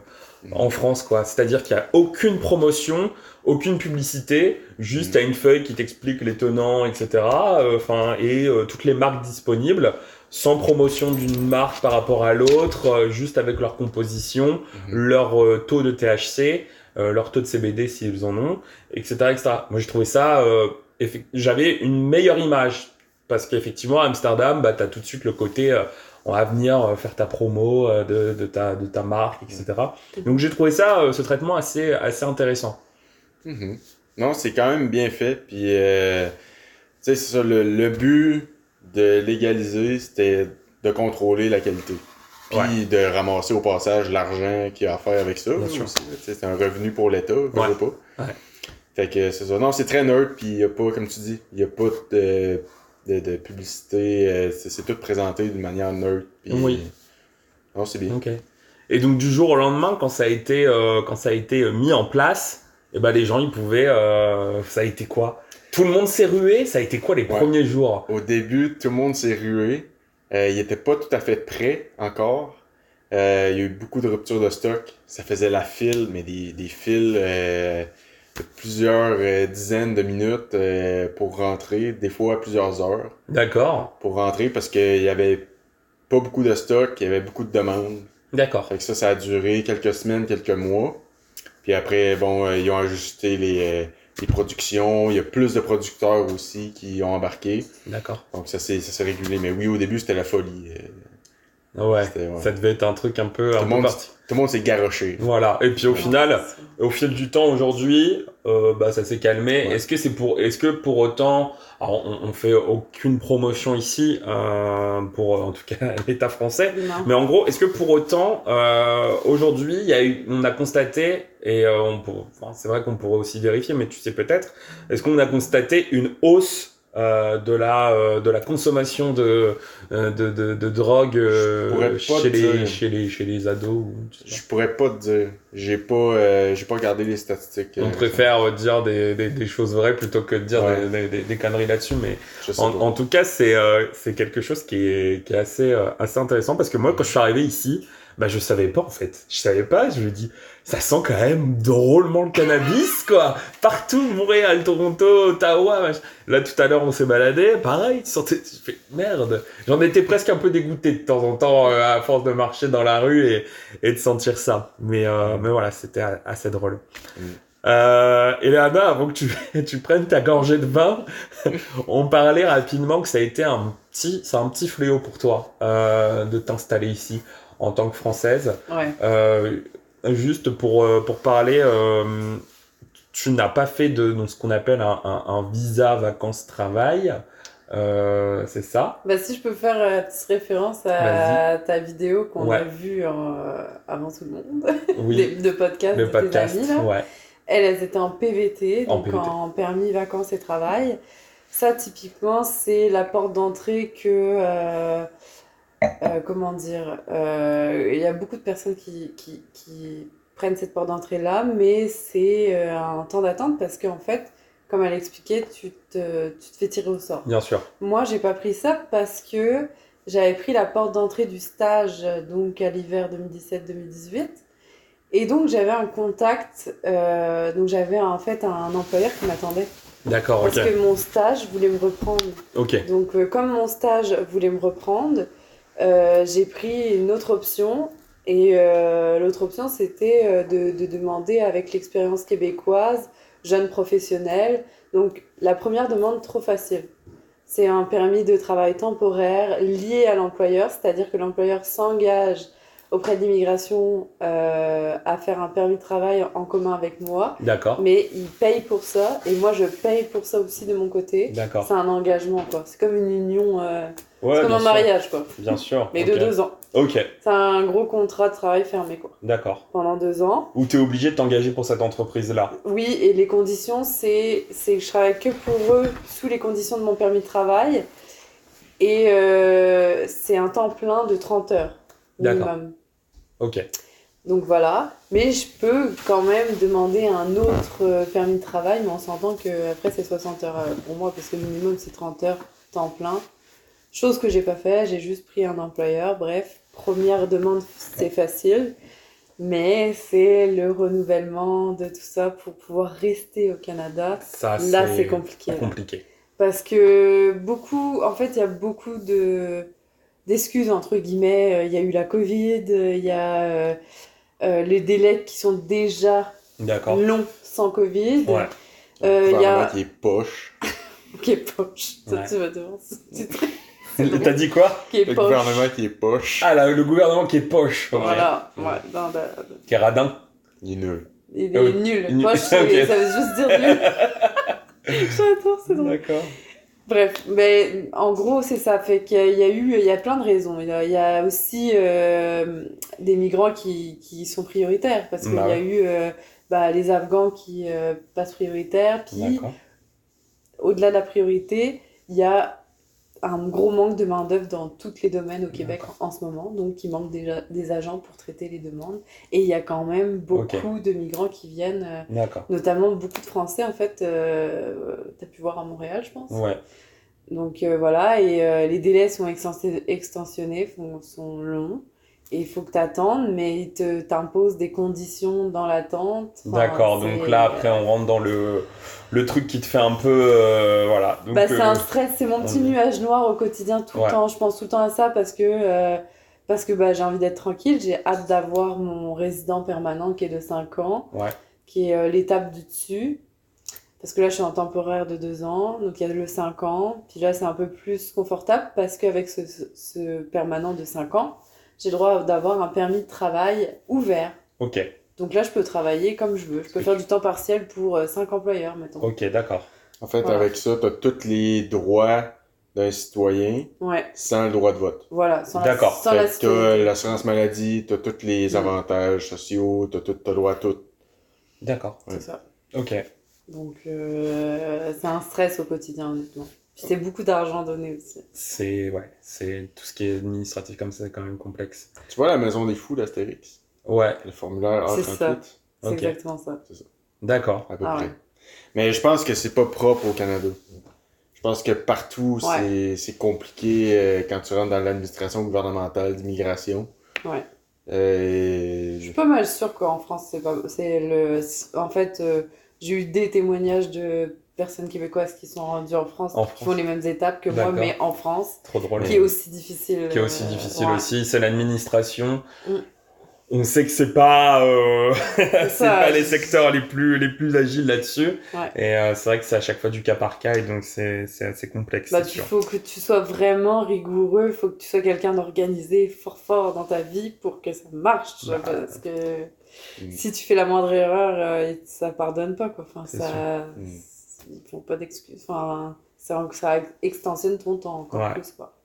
en France, quoi. C'est-à-dire qu'il n'y a aucune promotion, aucune publicité, juste Mhm. t'as une feuille qui t'explique les tenants, etc. euh, Enfin, et euh, toutes les marques disponibles, sans promotion d'une marque par rapport à l'autre, euh, juste avec leur composition, Mhm. leur euh, taux de THC, euh, leur taux de CBD s'ils en ont, etc. etc. Moi, j'ai trouvé ça... euh, effe- J'avais une meilleure image. Parce qu'effectivement, à Amsterdam, bah, tu as tout de suite le côté euh, on va venir euh, faire ta promo euh, de, de ta, de ta marque, etc. Donc j'ai trouvé ça, euh, ce traitement, assez, assez intéressant. Mhm. Non, c'est quand même bien fait. Puis, euh, tu sais, c'est ça, le, le but de légaliser, c'était de contrôler la qualité. Puis Ouais. de ramasser au passage l'argent qu'il y a à faire avec ça. Bien aussi, sûr. là. Tu sais, C'est un revenu pour l'État, je Ouais. sais pas. Ouais. Fait que c'est ça. Non, c'est très neutre, puis il n'y a pas, comme tu dis, il n'y a pas de, de, de publicité. euh, C'est c'est tout présenté d'une manière neutre. puis- euh, Oui. Non, c'est bien. Ok. Et donc du jour au lendemain, quand ça a été, euh, quand ça a été euh, mis en place, eh ben, les gens, ils pouvaient... euh, ça a été quoi Tout le monde s'est rué Ça a été quoi les Ouais. premiers jours Au début, tout le monde s'est rué. Euh, il était pas tout à fait prêt encore. Euh, il y a eu beaucoup de ruptures de stock. Ça faisait la file, mais des, des files euh, de plusieurs euh, dizaines de minutes euh, pour rentrer, des fois plusieurs heures D'accord. pour rentrer parce qu'il y avait pas beaucoup de stock, il y avait beaucoup de demandes. D'accord. Fait que ça, ça a duré quelques semaines, quelques mois. Puis après, bon, euh, ils ont ajusté les, euh, les productions. Il y a plus de producteurs aussi qui ont embarqué. D'accord. Donc ça s'est ça s'est régulé. Mais oui, au début, c'était la folie. Euh, Ouais. c'était- ouais. Ça devait être un truc un peu, Tout un le peu monde- parti. Tout le monde s'est garoché. Voilà. Et puis au Ouais. final, au fil du temps aujourd'hui, euh, bah, ça s'est calmé. Ouais. Est-ce que c'est pour, est-ce que pour autant, alors, on, on fait aucune promotion ici euh, pour euh, en tout cas [LAUGHS] l'État français. Non. Mais en gros, est-ce que pour autant, euh, aujourd'hui, il y a eu- on a constaté, et euh, on pour- enfin, c'est vrai qu'on pourrait aussi vérifier, mais tu sais peut-être, est-ce qu'on a constaté une hausse euh, de, la, euh, de la consommation de, euh, de, de, de drogue euh, Je pourrais pas chez, te les, dire. chez, les, chez les ados ou, je sais Je pourrais pas te dire. J'ai pas, euh, j'ai pas regardé les statistiques. pas. euh, On préfère euh, dire des, des, des choses vraies plutôt que de dire Ouais. des, des, des conneries là-dessus, mais Je sais En, pas. en tout cas, c'est euh, c'est quelque chose qui est, qui est assez, euh, assez intéressant parce que moi, quand je suis arrivé ici, bah, je savais pas en fait. Je savais pas, je me dis, ça sent quand même drôlement le cannabis quoi. Partout, Montréal, Toronto, Ottawa. mach- Là, tout à l'heure, on s'est baladé. Pareil, tu sentais, tu fais merde. J'en étais presque un peu dégoûté de temps en temps euh, à force de marcher dans la rue et, et de sentir ça. Mais, euh, mais voilà, c'était a- assez drôle. Mm. Euh, Elana, avant que tu, [LAUGHS] tu prennes ta gorgée de vin, on parlait rapidement que ça a été un petit, c'est un petit fléau pour toi euh, de t'installer ici en tant que française. Ouais. Euh, juste pour euh, pour parler, euh, tu n'as pas fait de donc, ce qu'on appelle un, un- un visa vacances travail. Euh, c'est ça. Bah, si je peux faire euh, petite référence à ta vidéo qu'on Ouais. a vue en, euh, avant tout le monde, Oui, des- [LAUGHS] de podcast le de podcast. tes amis, là. ouais. Elles, elles étaient en PVT, En donc PVT. en permis vacances et travail. Ça, typiquement, c'est la porte d'entrée que. euh, euh, comment dire euh, Il y a beaucoup de personnes qui, qui, qui prennent cette porte d'entrée-là, mais c'est euh, un temps d'attente parce qu'en fait, comme elle expliquait, tu te, tu te fais tirer au sort. Bien sûr. Moi, j'ai pas pris ça parce que j'avais pris la porte d'entrée du stage, euh, donc à l'hiver 2017-2018. Et donc, j'avais un contact, euh, donc j'avais en fait un employeur qui m'attendait. D'accord, Parce ok. que mon stage voulait me reprendre. Ok, Donc, euh, comme mon stage voulait me reprendre, euh, j'ai pris une autre option. Et euh, l'autre option, c'était euh, de, de demander avec l'expérience québécoise, jeune professionnel. Donc, la première demande, trop facile. C'est un permis de travail temporaire lié à l'employeur, c'est-à-dire que l'employeur s'engage auprès de l'immigration euh, à faire un permis de travail en commun avec moi, d'accord. mais il paye pour ça et moi je paye pour ça aussi de mon côté. D'accord. C'est un engagement, quoi. C'est comme une union, euh, Ouais, c'est comme bien un sûr. mariage, quoi. Bien sûr. Mais ok. de deux ans. Ok, C'est un gros contrat de travail fermé, quoi. d'accord. Pendant deux ans. Ou t'es obligé de t'engager pour cette entreprise-là. Oui, et les conditions, c'est c'est que je travaille que pour eux sous les conditions de mon permis de travail. Et euh, c'est un temps plein de 30 heures D'accord. minimum. Ok. Donc voilà. Mais je peux quand même demander un autre euh, permis de travail, mais on s'entend qu'après c'est 60 heures euh, pour moi, parce que minimum c'est 30 heures temps plein. Chose que j'ai pas fait, j'ai juste pris un employeur. Bref, première demande, c'est facile. Mais c'est le renouvellement de tout ça pour pouvoir rester au Canada. Ça, Là, Ah, c'est compliqué. compliqué. Parce que beaucoup, en fait, il y a beaucoup de d'excuses entre guillemets. Euh, Il y a eu la Covid, euh, il y a euh, euh, les délais qui sont déjà D'accord. longs sans Covid. Ouais. Euh, Le y a- gouvernement qui est poche. [LAUGHS] Qui est poche. Ça, Ouais. tu vas devant ce titre. [LAUGHS] C'est drôle. T'as dit quoi Qui est Le poche. gouvernement qui est poche. Ah, là, le gouvernement qui est poche. ok. Voilà. Ouais. Ouais. Non, bah, Qui est radin. Il est nul. il Mm. Ah oui. est nul. Nul. Poche, [LAUGHS] c'est- Ok. ça veut juste dire nul. [LAUGHS] J'adore, c'est drôle. D'accord. Bref, mais en gros, c'est ça. Fait qu'il y a- il y a eu, il y a plein de raisons. Il y a, il y a aussi euh, des migrants qui, qui sont prioritaires parce qu'il Bah y a ouais. eu euh, bah, les Afghans qui euh, passent prioritaires. Puis, D'accord. au-delà de la priorité, il y a un gros manque de main-d'œuvre dans tous les domaines au Québec en, en ce moment. Donc, il manque déjà des agents pour traiter les demandes. Et il y a quand même Ok. beaucoup de migrants qui viennent, euh, D'accord. notamment beaucoup de Français, en fait. Euh, T'as pu voir à Montréal, je pense. Ouais. Donc euh, voilà, et euh, les délais sont extensi- extensionnés, font- sont longs, et il faut que tu attendes, mais ils te- t'imposent des conditions dans l'attente. Enfin, D'accord. c'est- euh, Donc là, après, on rentre dans le, le truc qui te fait un peu. euh, voilà. Donc, Bah, c'est euh, un stress, c'est mon petit on est- nuage noir au quotidien tout Ouais. le temps. Je pense tout le temps à ça parce que, euh, parce que bah, j'ai envie d'être tranquille, j'ai hâte d'avoir mon résident permanent qui est de 5 ans, Ouais. qui est euh, l'étape du dessus. Parce que là, je suis en temporaire de 2 ans, donc il y a le 5 ans. Puis là, c'est un peu plus confortable parce qu'avec ce, ce- ce permanent de 5 ans, j'ai le droit d'avoir un permis de travail ouvert. Ok. Donc là, je peux travailler comme je veux. Je peux faire du temps partiel pour 5 employeurs, mettons. Ok, d'accord. En fait, Voilà. avec ça, t'as tous les droits d'un citoyen Ouais, sans le droit de vote. voilà. Sans la, D'accord. euh, sans la Fait que sécurité. t'as l'assurance maladie, t'as tous les Mm. avantages sociaux, t'as tout, t'as droit à tout. D'accord. Ouais. C'est ça. Ok. Donc, euh, c'est un stress au quotidien, honnêtement. Puis c'est beaucoup d'argent donné aussi. C'est. Ouais. C'est tout ce qui est administratif comme ça, c'est quand même complexe. Tu vois la maison des fous d'Astérix? Ouais. Le formulaire C'est ça. A38? C'est Ok. exactement ça. D'accord. À peu Ah près. ouais. Mais je pense que c'est pas propre au Canada. Je pense que partout, Ouais. c'est- c'est compliqué euh, quand tu rentres dans l'administration gouvernementale d'immigration. Ouais. Euh, Je suis pas mal sûre qu'en France, c'est pas... c'est le... c'est- En fait, euh, j'ai eu des témoignages de personnes québécoises qui sont rendues en France, En qui France. font les mêmes étapes que moi, D'accord. mais en France, Trop drôle. qui est aussi difficile. qui est aussi euh, difficile ouais. aussi, c'est l'administration. Mm. On sait que c'est pas, euh, [LAUGHS] c'est ça, pas je- les secteurs les plus les plus agiles là-dessus. Ouais. Et euh, c'est vrai que c'est à chaque fois du cas par cas et donc c'est c'est assez complexe. Bah, c'est tu sûr. faut que tu sois vraiment rigoureux, il faut que tu sois quelqu'un d'organisé, fort fort dans ta vie pour que ça marche. Bah, parce que mm. si tu fais la moindre erreur, euh, ça pardonne pas quoi. Enfin, C'est ça, sûr. Mm. ils font pas d'excuses. Enfin, ça, ça extensionne ton temps encore Ouais. plus, quoi.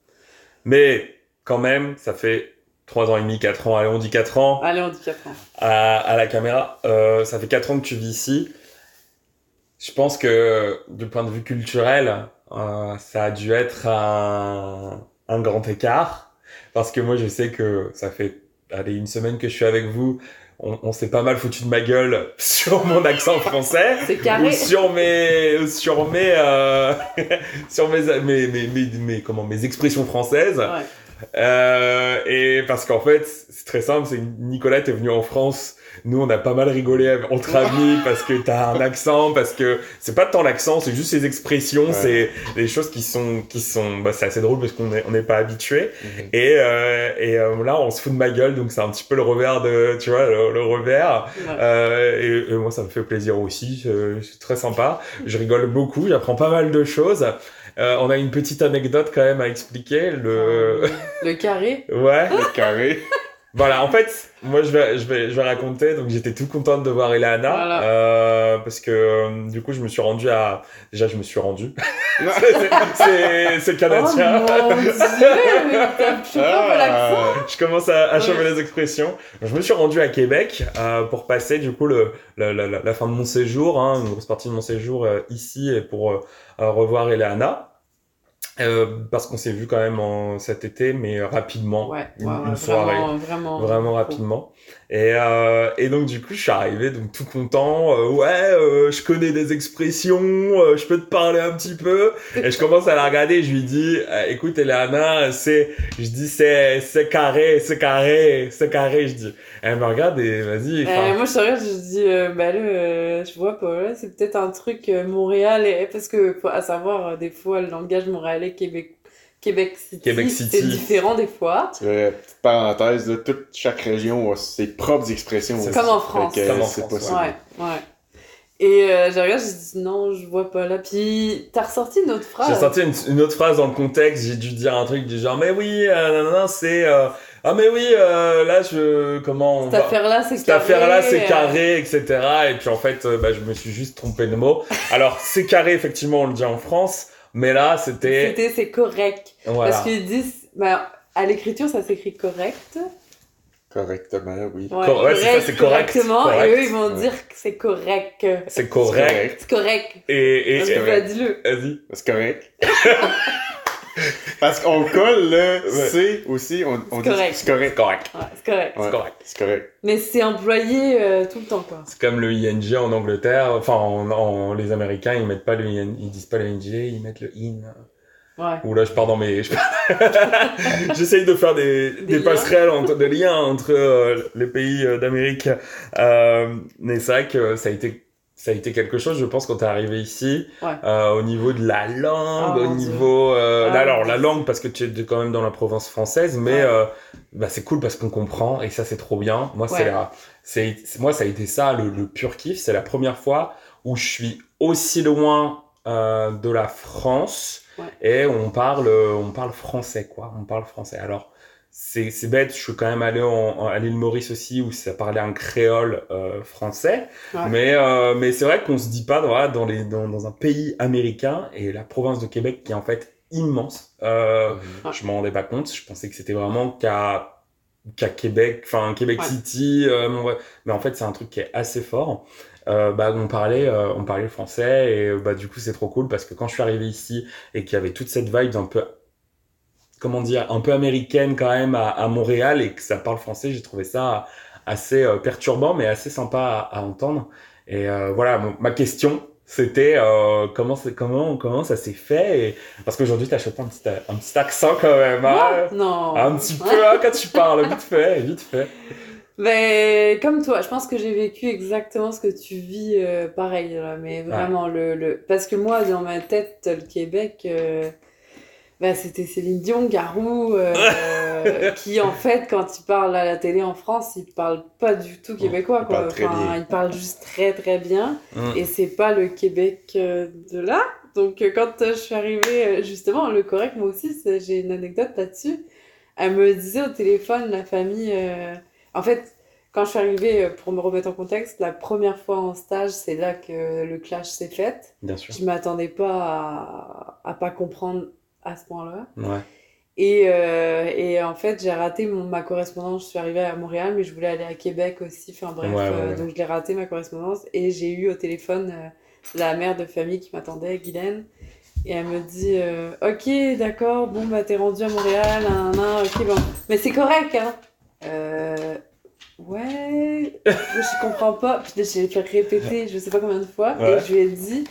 Mais quand même, ça fait 3 ans et demi, 4 ans, allez, on dit 4 ans Allez, on dit 4 ans. à, à la caméra. Euh, ça fait 4 ans que tu vis ici. Je pense que du point de vue culturel, euh, ça a dû être un, un grand écart. Parce que moi, je sais que ça fait allez, une semaine que je suis avec vous. On, on s'est pas mal foutu de ma gueule [LAUGHS] sur mon accent français. [LAUGHS] C'est carré. Ou sur mes, ou sur mes, euh, [LAUGHS] sur mes, mes, mes, mes, mes- comment, mes expressions françaises. Ouais. Euh, et parce qu'en fait, c'est très simple, c'est que Nicolas t'es venu en France. Nous, on a pas mal rigolé av- entre amis parce que t'as un accent, parce que c'est pas tant l'accent, c'est juste les expressions, Ouais. c'est des choses qui sont, qui sont, bah, c'est assez drôle parce qu'on est, on n'est pas habitué. Mhm. Et, euh, et euh, là, on se fout de ma gueule, donc c'est un petit peu le revers de, tu vois, le, le revers. Ouais. Euh, et, et moi, ça me fait plaisir aussi. euh, C'est très sympa. Je rigole beaucoup. J'apprends pas mal de choses. Euh, on a une petite anecdote quand même à expliquer. Ah Le Euh, Le [LAUGHS] carré. ouais. Le [LAUGHS] carré. Voilà. En fait, moi, je vais, je vais, je vais raconter. Donc, j'étais tout contente de voir Elana Voilà. euh, parce que euh, du coup, je me suis rendu à. Déjà, je me suis rendu. [LAUGHS] Non. C'est- c'est- C'est canadien. Euh, Oh mon dieu, mais t'as Ah. plus peur de Ah! l'accent. je commence à, à choper Ouais. les expressions. Je me suis rendu à Québec euh, pour passer du coup le, la, la- la- la fin de mon séjour, hein, une grosse partie de mon séjour euh, ici et pour euh, euh, revoir Eleana. Euh, parce qu'on s'est vu quand même en, cet été, mais euh, rapidement, Ouais, ouais, Une- ouais, une vraiment, soirée. Vraiment, vraiment rapidement. Et, euh, et donc du coup, je suis arrivé donc tout content. euh, ouais, euh, je connais des expressions, euh, je peux te parler un petit peu. Et je commence à la regarder, je lui dis, euh, écoute Elana, c'est, je dis c'est, c'est carré, c'est carré, c'est carré, je dis. Elle me regarde et vas-y. Euh, enfin, moi, je te regarde, je dis, euh, bah là, euh, je vois pas, là, c'est peut-être un truc euh, Montréal, et, parce que, faut- à savoir, euh, des fois, le langage montréalais, Québec, Québec City, Québec c'est City. différent des fois. Tu vois, petite parenthèse, là, toute chaque région a ses propres expressions. C'est aussi. comme en France. Fait que Comme en c'est France, possible. Ouais, ouais. Et euh, je regarde, je dis, non, je vois pas là. Puis, t'as ressorti une autre J'ai phrase. sorti une, une autre phrase dans le contexte, j'ai dû dire un truc du genre, mais oui, euh, nanana, c'est, euh, ah mais oui, euh, là je, comment on Cette va- affaire-là, c'est carré. Cette affaire-là, c'est euh, carré, etc. Et puis en fait, euh, bah, je me suis juste trompé de mot. Alors, c'est carré, effectivement, on le dit en France, mais là, c'était. C'était, c'est correct. Voilà. Parce qu'ils disent, bah, à l'écriture, ça s'écrit correct. Correctement, oui. Ouais, Cor- ouais, c'est ça, c'est correct, Correctement, correct. et eux, ils vont Ouais. dire que c'est correct. C'est correct. C'est correct. Et. et, Parce et- que, bah, correct. dis-le. Vas-y. C'est correct. [LAUGHS] Parce qu'on colle le Ouais. C aussi, on, on C'est dit correct. c'est correct. Correct. Ouais, c'est correct. Ouais. C'est correct. C'est correct. Mais c'est employé euh, tout le temps, quoi. C'est comme le ing en Angleterre. Enfin, en- en- les Américains, ils mettent pas le ing, ils disent pas le ing, ils mettent le in. Ouais. Ouh là, je pars dans mes. je pars- [LAUGHS] J'essaye de faire des, des, Des liens. passerelles, entre, des liens entre euh, les pays euh, d'Amérique. Euh, mais c'est vrai que ça a été. Ça a été quelque chose, je pense, quand t'es arrivé ici, Ouais. euh, au niveau de la langue, Ah, au mon Dieu. niveau... euh, Ah, là, mon alors, Dieu. la langue, parce que tu es de- quand même dans la province française, mais Ouais. euh, bah, c'est cool parce qu'on comprend, et ça, c'est trop bien. Moi, c'est Ouais. la- c'est moi ça a été ça, le, le pur kiff. C'est la première fois où je suis aussi loin euh, de la France Ouais. et on parle, euh, on parle français, quoi. On parle français. Alors, c'est c'est bête, je suis quand même allé en, en- à l'île Maurice aussi où ça parlait un créole euh, français. Ouais. Mais, euh, mais c'est vrai qu'on se dit pas voilà, dans, les, dans, dans un pays américain et la province de Québec qui est en fait immense. Euh, je m'en rendais pas compte. Je pensais que c'était vraiment qu'à qu'à Québec, enfin Québec Ouais. City, euh, bon, ouais. mais en fait c'est un truc qui est assez fort. Euh, bah, on parlait, euh, on parlait le français et euh, bah du coup c'est trop cool parce que quand je suis arrivé ici et qu'il y avait toute cette vibe un peu, comment dire, un peu américaine quand même à, à Montréal et que ça parle français, j'ai trouvé ça assez euh, perturbant mais assez sympa à, à entendre. Et euh, voilà, mon- ma question c'était euh, comment c'est comment comment ça s'est fait et- parce qu'aujourd'hui, t'as chopé un petit, un petit accent quand même, hein Non. Ah, Un petit peu, hein, quand tu parles, vite fait, vite fait. Mais comme toi, je pense que j'ai vécu exactement ce que tu vis euh, pareil, là, mais vraiment, le, le... parce que moi, dans ma tête, le Québec, euh, bah, c'était Céline Dion, [LAUGHS] Garou, euh, qui en fait, quand il parle à la télé en France, il parle pas du tout québécois, Il quoi. parle Oh, très bien. il parle juste très très bien, Mm. et c'est pas le Québec euh, de là. Donc, euh, quand euh, je suis arrivée, euh, justement, le correct, moi aussi, c'est- j'ai une anecdote là-dessus. Elle me disait au téléphone, la famille. euh, En fait, Quand je suis arrivée, euh, pour me remettre en contexte, la première fois en stage, c'est là que le clash s'est fait. Bien sûr. Je m'attendais pas à, à pas comprendre à ce point-là. Ouais. Et, euh, et en fait, j'ai raté mon, ma correspondance. Je suis arrivée à Montréal, mais je voulais aller à Québec aussi. Enfin bref, Ouais, ouais, euh, ouais. donc je l'ai raté ma correspondance. Et j'ai eu au téléphone euh, la mère de famille qui m'attendait, Guylaine. Et elle me dit euh, Ok, d'accord, bon, bah t'es rendu à Montréal, nan, nan, nan, ok, bon. Mais c'est correct, hein Euh, Ouais, je comprends pas. Puis j'ai fait répéter, je sais pas combien de fois. Ouais. Et je lui ai dit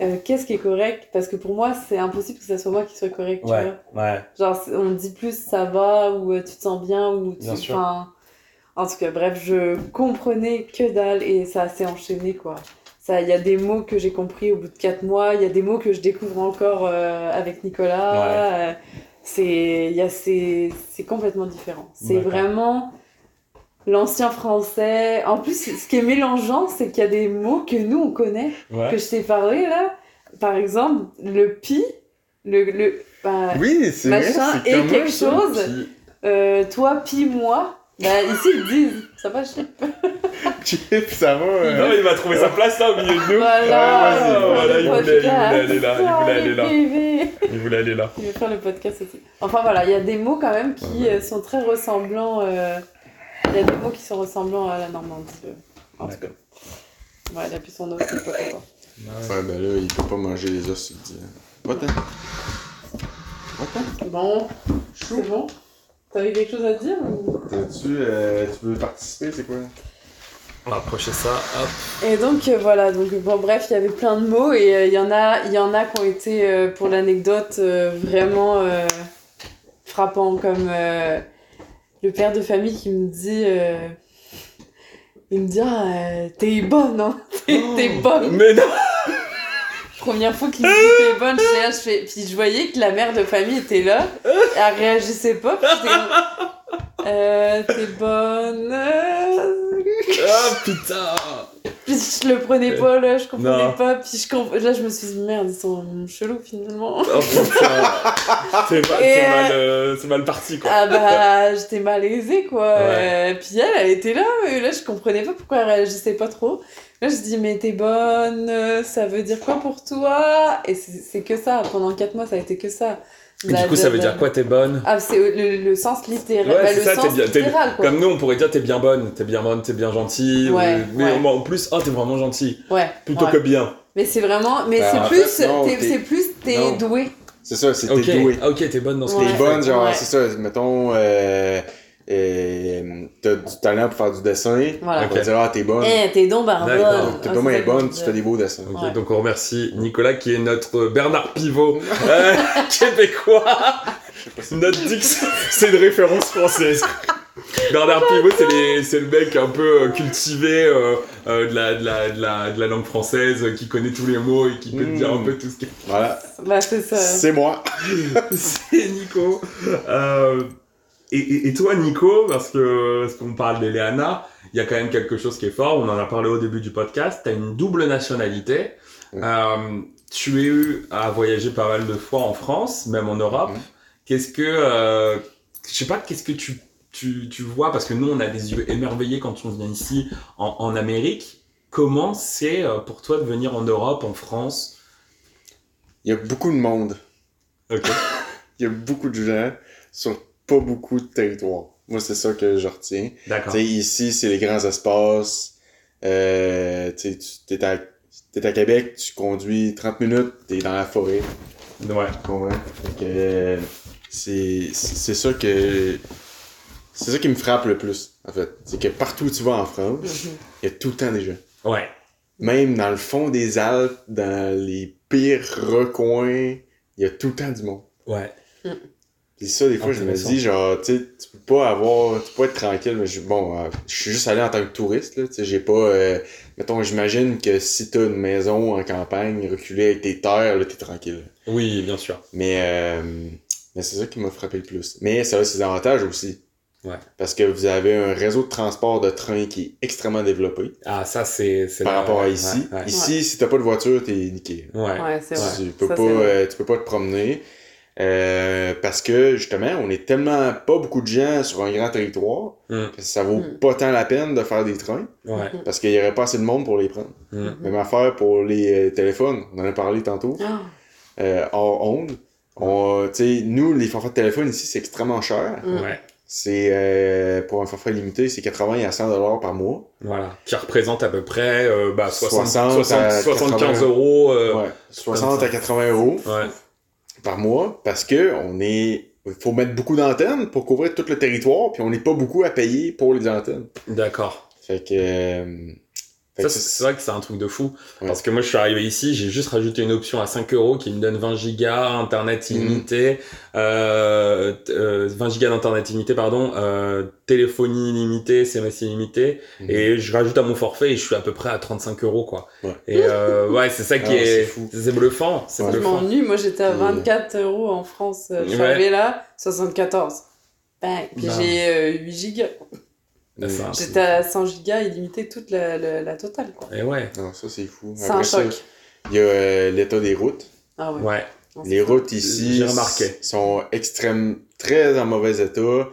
euh, Qu'est-ce qui est correct Parce que pour moi, c'est impossible que ça soit moi qui soit correct, tu vois. Ouais. Ouais. Genre, c'est- on dit plus ça va ou euh, tu te sens bien ou tu. Bien sûr. enfin, En tout cas, bref, je comprenais que dalle et ça s'est enchaîné quoi. Ça, Il y a des mots que j'ai compris au bout de 4 mois, il y a des mots que je découvre encore euh, avec Nicolas. euh, c'est il y a ces- c'est complètement différent. C'est D'accord. vraiment l'ancien français. En plus, ce qui est mélangeant, c'est qu'il y a des mots que nous on connaît Ouais. que je t'ai parlé là, par exemple, le pi, le, le bah, Oui, c'est vrai, Machin c'est et commun, quelque ça. chose. Puis, euh, toi pi moi, bah ici ils disent, ça va, je sais pas. Chip, ça va. euh, Non, il va trouver sa place là au milieu de nous. Voilà, Ouais, Ah, vas-y, voilà, il voulait- il le voulait podcast. aller là, il voulait aller là. Ah, les bébés. Il voulait aller là. Il veut faire le podcast aussi. Enfin voilà, il y a des mots quand même qui euh, sont très ressemblants. euh, Il y a des mots qui sont ressemblants à la Normandie. euh, Ah, en tout cas. Ouais, il a plus son os, c'est pas pourquoi. Ouais, ben là, il peut pas manger les os, il dit. Va-t'en. Va-t'en. Bon, c'est bon. T'avais quelque chose à dire ou- T'as-tu, euh, tu veux participer, c'est quoi? On va rapprocher ça. Hop. Et donc euh, voilà, donc bon bref, il y avait plein de mots et euh, il y en a il y en a qui ont été euh, pour l'anecdote euh, vraiment euh, frappants comme euh, le père de famille qui me dit euh, il me dit ah, euh, t'es bonne hein, [LAUGHS] t'es t'es bonne. Mais non Première fois qu'il me dit t'es bonne, j'étais là, je fais puis je voyais que la mère de famille était là, elle réagissait pas, puis j'étais- euh, t'es bonne. euh, Ah putain Puis je le prenais pas là, je comprenais Non. pas. Puis je comp- là, je me suis dit merde, ils sont chelous finalement. [LAUGHS] Oh putain C'est mal, Et, c'est euh, mal, euh, c'est mal parti quoi. Ah bah, j'étais malaisée quoi. Ouais. Euh, puis elle, elle était là, mais là, je comprenais pas pourquoi elle réagissait pas trop. Là, je dis, mais t'es bonne, euh, ça veut dire quoi pour toi Et c'est c'est que ça, pendant 4 mois, ça a été que ça. Bah, Et du coup, ça veut dire quoi T'es bonne Ah, c'est le, le sens littéral. Ouais, Bah, c'est le ça, sens t'es bien- t'es- littéral quoi. Comme nous, on pourrait dire t'es bien bonne, t'es bien bonne, t'es bien gentille. Ouais, ou- mais ouais. moi, en plus, oh t'es vraiment gentil. Ouais. Plutôt ouais. que bien. Mais c'est vraiment, mais Bah, en c'est plus, fait, non, t'es- t'es- c'est plus t'es non. doué. C'est ça, c'est Ok, t'es doué. Ah, ok, t'es bonne dans ce Ouais. que T'es tu bonne, genre, ouais. c'est ça. Mettons, euh, euh, t'as du talent pour faire du dessin. Voilà. On va dire, ah, t'es bonne. Eh, t'es donc barbare. D'accord. Ah, T'es c'est pas moins ça qu'on bonne, dit. tu fais des beaux dessins. Ok, Ouais. donc on remercie Nicolas qui est notre euh, Bernard Pivot euh, québécois. Notre diction, c'est une référence française. Bernard Pivot, c'est les- c'est le mec un peu euh, cultivé euh, euh, de, la, de, la, de, la, de la langue française, euh, qui connaît tous les mots et qui peut te dire un Mm. peu tout ce qui Voilà, Bah, c'est ça. c'est moi. [LAUGHS] C'est Nico. Euh, et, et- et toi, Nico, parce que parce qu'on parle d'Eleana, il y a quand même quelque chose qui est fort. On en a parlé au début du podcast. Tu as une double nationalité. Oui. Euh, tu es eu à voyager pas mal de fois en France, même en Europe. Oui. Qu'est-ce que. euh, je sais pas, qu'est-ce que tu, tu, tu vois Parce que nous, on a des yeux émerveillés quand on vient ici en, en Amérique. Comment c'est euh, pour toi de venir en Europe, en France Il y a beaucoup de monde. Ok. Il y a beaucoup de gens sur pas beaucoup de territoire. Moi, c'est ça que je retiens. Tu D'accord. sais, ici, c'est les grands espaces. Euh, tu sais, tu- t'es à, t'es à Québec, tu conduis 30 minutes, t'es dans la forêt. Ouais. Tu comprends? Fait que, euh, c'est c'est ça que. C'est ça qui me frappe le plus, en fait. C'est que partout où tu vas en France, il y a tout le temps des gens. Ouais. Même dans le fond des Alpes, dans les pires recoins, il y a tout le temps du monde. Ouais. Puis ça, des fois, je me Intéressant. dis, genre, tu sais, tu peux pas avoir, tu peux pas être tranquille, mais je, bon, euh, je suis juste allé en tant que touriste, là, tu sais, j'ai pas, euh, mettons, j'imagine que si t'as une maison en campagne, reculée avec tes terres, là, t'es tranquille. Oui, bien sûr. Mais, euh, mais c'est ça qui m'a frappé le plus. Mais ça a ses avantages aussi. Ouais. Parce que vous avez un réseau de transport de train qui est extrêmement développé Ah, ça, c'est. c'est par la- rapport à ouais, ici. Ouais. Ici, si t'as pas de voiture, t'es niqué. ouais. Ouais, c'est vrai. Tu peux, Ça, pas, c'est vrai. euh, tu peux pas te promener. Euh, parce que justement, on est tellement pas beaucoup de gens sur un grand territoire Mm. que ça vaut Mm. pas tant la peine de faire des trains [LAUGHS] Ouais. parce qu'il y aurait pas assez de monde pour les prendre. Mm. Même affaire pour les euh, téléphones, on en a parlé tantôt, Ah, euh, hors onde. On, tu sais, nous, les forfaits de téléphone ici, c'est extrêmement cher. mm. Ouais. C'est euh, pour un forfait limité, c'est 80 à 100 dollars par mois. Voilà. Qui représente à peu près euh, bah, 60, 60, 60, à 75 80. euros. euh, ouais, 60 à 80 euros ouais. par mois parce que on est, faut mettre beaucoup d'antennes pour couvrir tout le territoire, puis on n'est pas beaucoup à payer pour les antennes. D'accord. Fait que. euh, fait Ça, que c'est ça, c'est vrai que c'est un truc de fou. Ouais. Parce que moi, je suis arrivé ici, j'ai juste rajouté une option à 5 euros qui me donne 20 gigas, internet Mhm. illimité, euh, t- euh, 20 gigas d'internet illimité, pardon, euh, téléphonie illimitée, SMS illimité. Mhm. Et je rajoute à mon forfait et je suis à peu près à 35 euros, quoi. Ouais. Et [LAUGHS] euh, ouais, c'est ça qui Ah, est, c'est fou. c'est bluffant. C'est Ouais. Oh, Je bluffant. m'ennuie, moi j'étais à Et- 24 euros en France. euh, Je suis Ouais. arrivée là, 74. Bang. Puis Bah. j'ai euh, 8 gigas. Mhm. Ah, c'est un- J'étais à 100 gigas illimité toute la, la, la totale. quoi. Et ouais. Non, ça, c'est fou. C'est un Après ça, choc. Il y a euh, l'état des routes. Ah ouais. Ouais. Non, c'est Les fou. routes ici J'ai remarqué. s- sont extrêmes, très en mauvais état Ouais.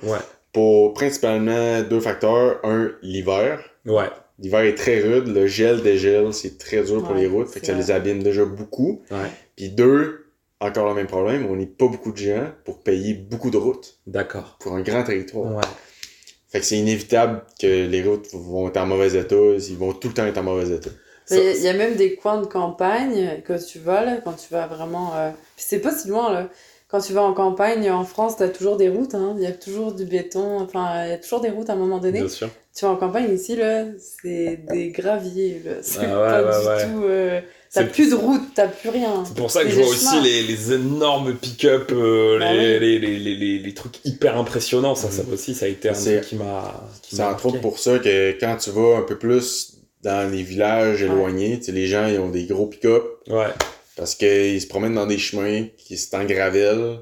pour principalement deux facteurs. Un, l'hiver. Ouais. L'hiver est très rude, le gel dégèle, c'est très dur pour Ouais, les routes, fait que ça c'est les abîme déjà beaucoup. Ouais. Puis deux, encore le même problème, on n'est pas beaucoup de gens pour payer beaucoup de routes D'accord. pour un grand territoire. Ouais. Fait que c'est inévitable que les routes vont être en mauvais état, ils vont tout le temps être en mauvais état. Ben, Mais Il y, a- il y a même des coins de campagne que tu vas là, quand tu vas vraiment. euh, puis c'est pas si loin là. Quand tu vas en campagne en France, t'as toujours des routes, hein. il y a toujours du béton, enfin il y a toujours des routes à un moment donné. Bien sûr. Tu vas en campagne ici là, c'est des graviers là. C'est Ah ouais, [LAUGHS] pas ouais, du ouais. tout. euh, T'as C'est- plus de route, t'as plus rien. C'est pour ça que Et je le vois chemin. aussi les, les énormes pick-up, euh, Bah les, oui. les, les, les, les- les trucs hyper impressionnants. Ça, ça aussi, ça a été un Mm. C'est- truc qui m'a. qui C'est m'a entre autres marqué. pour ça que quand tu vas un peu plus dans les villages éloignés, tu sais, les gens ils ont des gros pick-up Ouais, parce qu'ils se promènent dans des chemins qui sont en gravelle,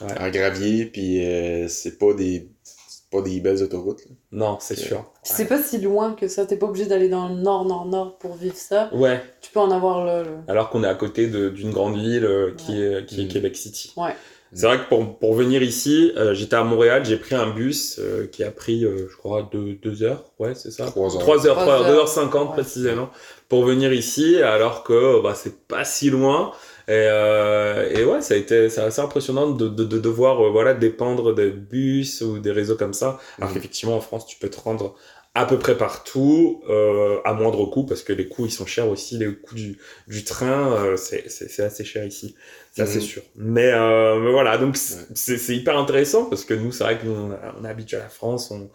Ouais. en gravier, puis euh, c'est pas des c'est pas des belles autoroutes. là. non, c'est sûr. Puis C'est pas si loin que ça, t'es pas obligé d'aller dans le nord, nord, nord pour vivre ça. Ouais, Tu peux en avoir là. là. alors qu'on est à côté de- d'une grande ville euh, qui, est, qui est Mm. Québec City. Ouais. C'est vrai que pour, pour venir ici, euh, j'étais à Montréal, j'ai pris un bus euh, qui a pris, euh, je crois, deux, deux heures. Ouais, c'est ça. Trois heures. 3 heures, Trois 3 heures, heures. 2h50 Ouais. précisément, pour venir ici, alors que bah, c'est pas si loin. Et, euh, et ouais, ça a été c'est assez impressionnant de, de, de devoir euh, voilà, dépendre des bus ou des réseaux comme ça. Alors Mhm. qu'effectivement, en France, tu peux te rendre à peu près partout, euh, à moindre coût, parce que les coûts, ils sont chers aussi. Les coûts du, du train, euh, c'est c'est- c'est assez cher ici. Ça, Mhm. c'est sûr. Mais, euh, mais voilà, donc c'est Ouais. c'est- c'est hyper intéressant, parce que nous, c'est vrai que nous, on, a- on est habitué à la France, Mhm.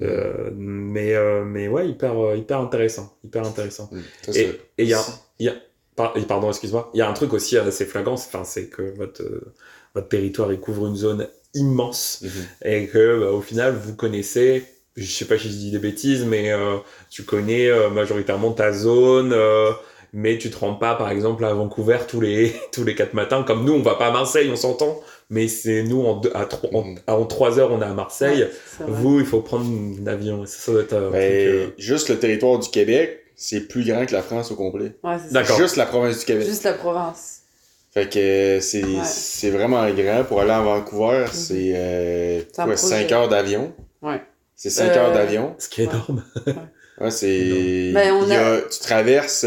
on, euh, mais, euh, mais ouais, hyper, euh, hyper intéressant. Hyper intéressant. Mm. Ça, Et c'est- et il y a, il y a- par- et pardon, excuse-moi, il y a un truc aussi assez flagrant, c'est enfin, c'est que votre, euh, votre territoire il couvre une zone immense Mhm. et que bah, au final vous connaissez, je sais pas si je dis des bêtises, mais euh, tu connais euh, majoritairement ta zone. euh, mais tu te rends pas, par exemple, à Vancouver tous les [LAUGHS] tous les quatre matins, comme nous, on va pas à Marseille, on s'entend. Mais c'est nous en deux- à trois, en, Mhm. en trois heures, on est à Marseille. Ouais, c'est vrai. Vous, il faut prendre un avion. Ça, ça doit être un truc, Ben, euh, juste le territoire du Québec, c'est plus grand que la France au complet. Ouais, c'est ça. D'accord. Juste la province du Québec. Juste la province. Fait que euh, c'est Ouais. c'est vraiment grand. Pour aller à Vancouver, c'est euh, C'est un quoi, projet. 5 heures d'avion. Ouais. C'est 5 Euh, heures d'avion. Ce qui est Ouais. énorme. Ouais, c'est. Ben, on il y a- Tu traverses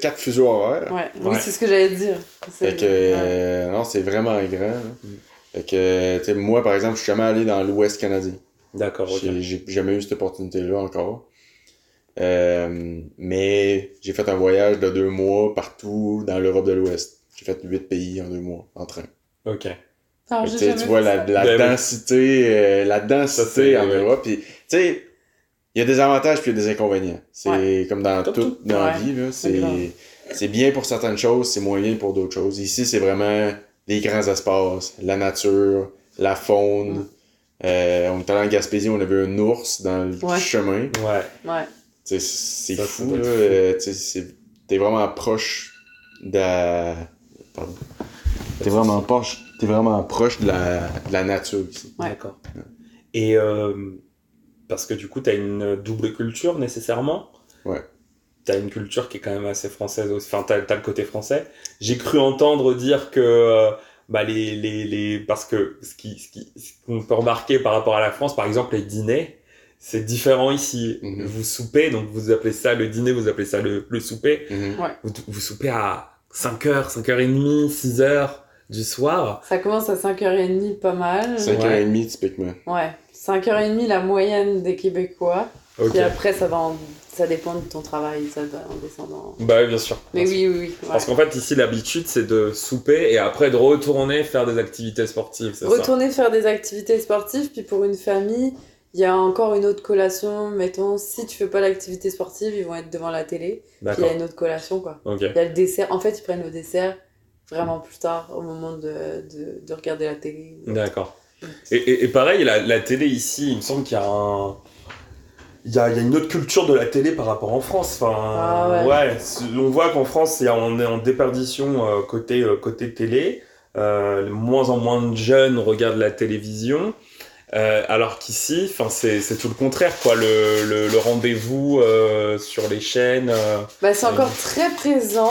4 fuseaux horaires. Ouais. Ouais. Oui, c'est ce que j'allais dire. C'est- Fait que. ouais. euh, non, c'est vraiment grand. là. Mm. Fait que, tu sais, moi, par exemple, je suis jamais allé dans l'Ouest canadien. D'accord, ok. J'ai j'ai jamais eu cette opportunité-là encore. Euh, mais j'ai fait un voyage de deux mois partout dans l'Europe de l'Ouest. J'ai fait huit pays en deux mois en train. Ok. Fait Alors, que, j'ai tu sais, jamais tu fait vois ça. la, la Ben oui. densité, euh, la densité Ça, en c'est- Europe. Puis, tu sais, il y a des avantages puis il y a des inconvénients. C'est comme dans Comme toute dans la Ouais. vie. là, C'est grave. c'est bien pour certaines choses, c'est moins bien pour d'autres choses. Ici, c'est vraiment les grands espaces, la nature, la Mm. faune. Euh, on est allé en Gaspésie, on avait un ours dans le Ouais. chemin. Tu Ouais. Ouais. sais, C'est Ça, ça fou. doit là. être fou. Euh, tu sais, c'est- T'es vraiment proche de la... Pardon. T'es vraiment proche, t'es vraiment proche de la, de la nature ici. Ouais. D'accord. Et euh, parce que du coup, tu as une double culture nécessairement. Ouais. Tu as une culture qui est quand même assez française aussi. Enfin, tu as, le côté français. J'ai cru entendre dire que euh, bah, les, les, les, parce que ce qui, ce qui, ce qu'on peut remarquer par rapport à la France, par exemple, les dîners, c'est différent ici. Mhm. Vous soupez, donc vous appelez ça le dîner, vous appelez ça le, le souper. Mhm. Vous, vous soupez à 5h, 5h30, 6h du soir. Ça commence à 5h30, pas mal. 5h30 typiquement. Ouais, 5h30 la moyenne des Québécois. Ok. Puis après, ça, va en- ça dépend de ton travail, ça va en descendant. Bah, bien sûr. Mais oui, oui, oui. ouais. Parce qu'en fait, ici, l'habitude, c'est de souper et après de retourner faire des activités sportives, c'est ça Retourner faire des activités sportives, puis pour une famille, il y a encore une autre collation. Mettons, si tu fais pas l'activité sportive, ils vont être devant la télé. Puis il y D'accord. a une autre collation, quoi. Ok. Il y a le dessert. En fait, ils prennent le dessert vraiment plus tard, au moment de, de, de regarder la télé. D'accord. Et, et- et pareil, la, la télé ici, il me semble qu'il y a un. Il y a, il y a une autre culture de la télé par rapport en France. Enfin, Ah ouais. c'est- on voit qu'en France, c'est- on est en déperdition euh, côté, euh, côté télé. Euh, de moins en moins de jeunes regardent la télévision. Euh, alors qu'ici, enfin, c'est c'est tout le contraire. Quoi. Le, le- le rendez-vous euh, sur les chaînes. euh, Bah, c'est Oui. encore très présent,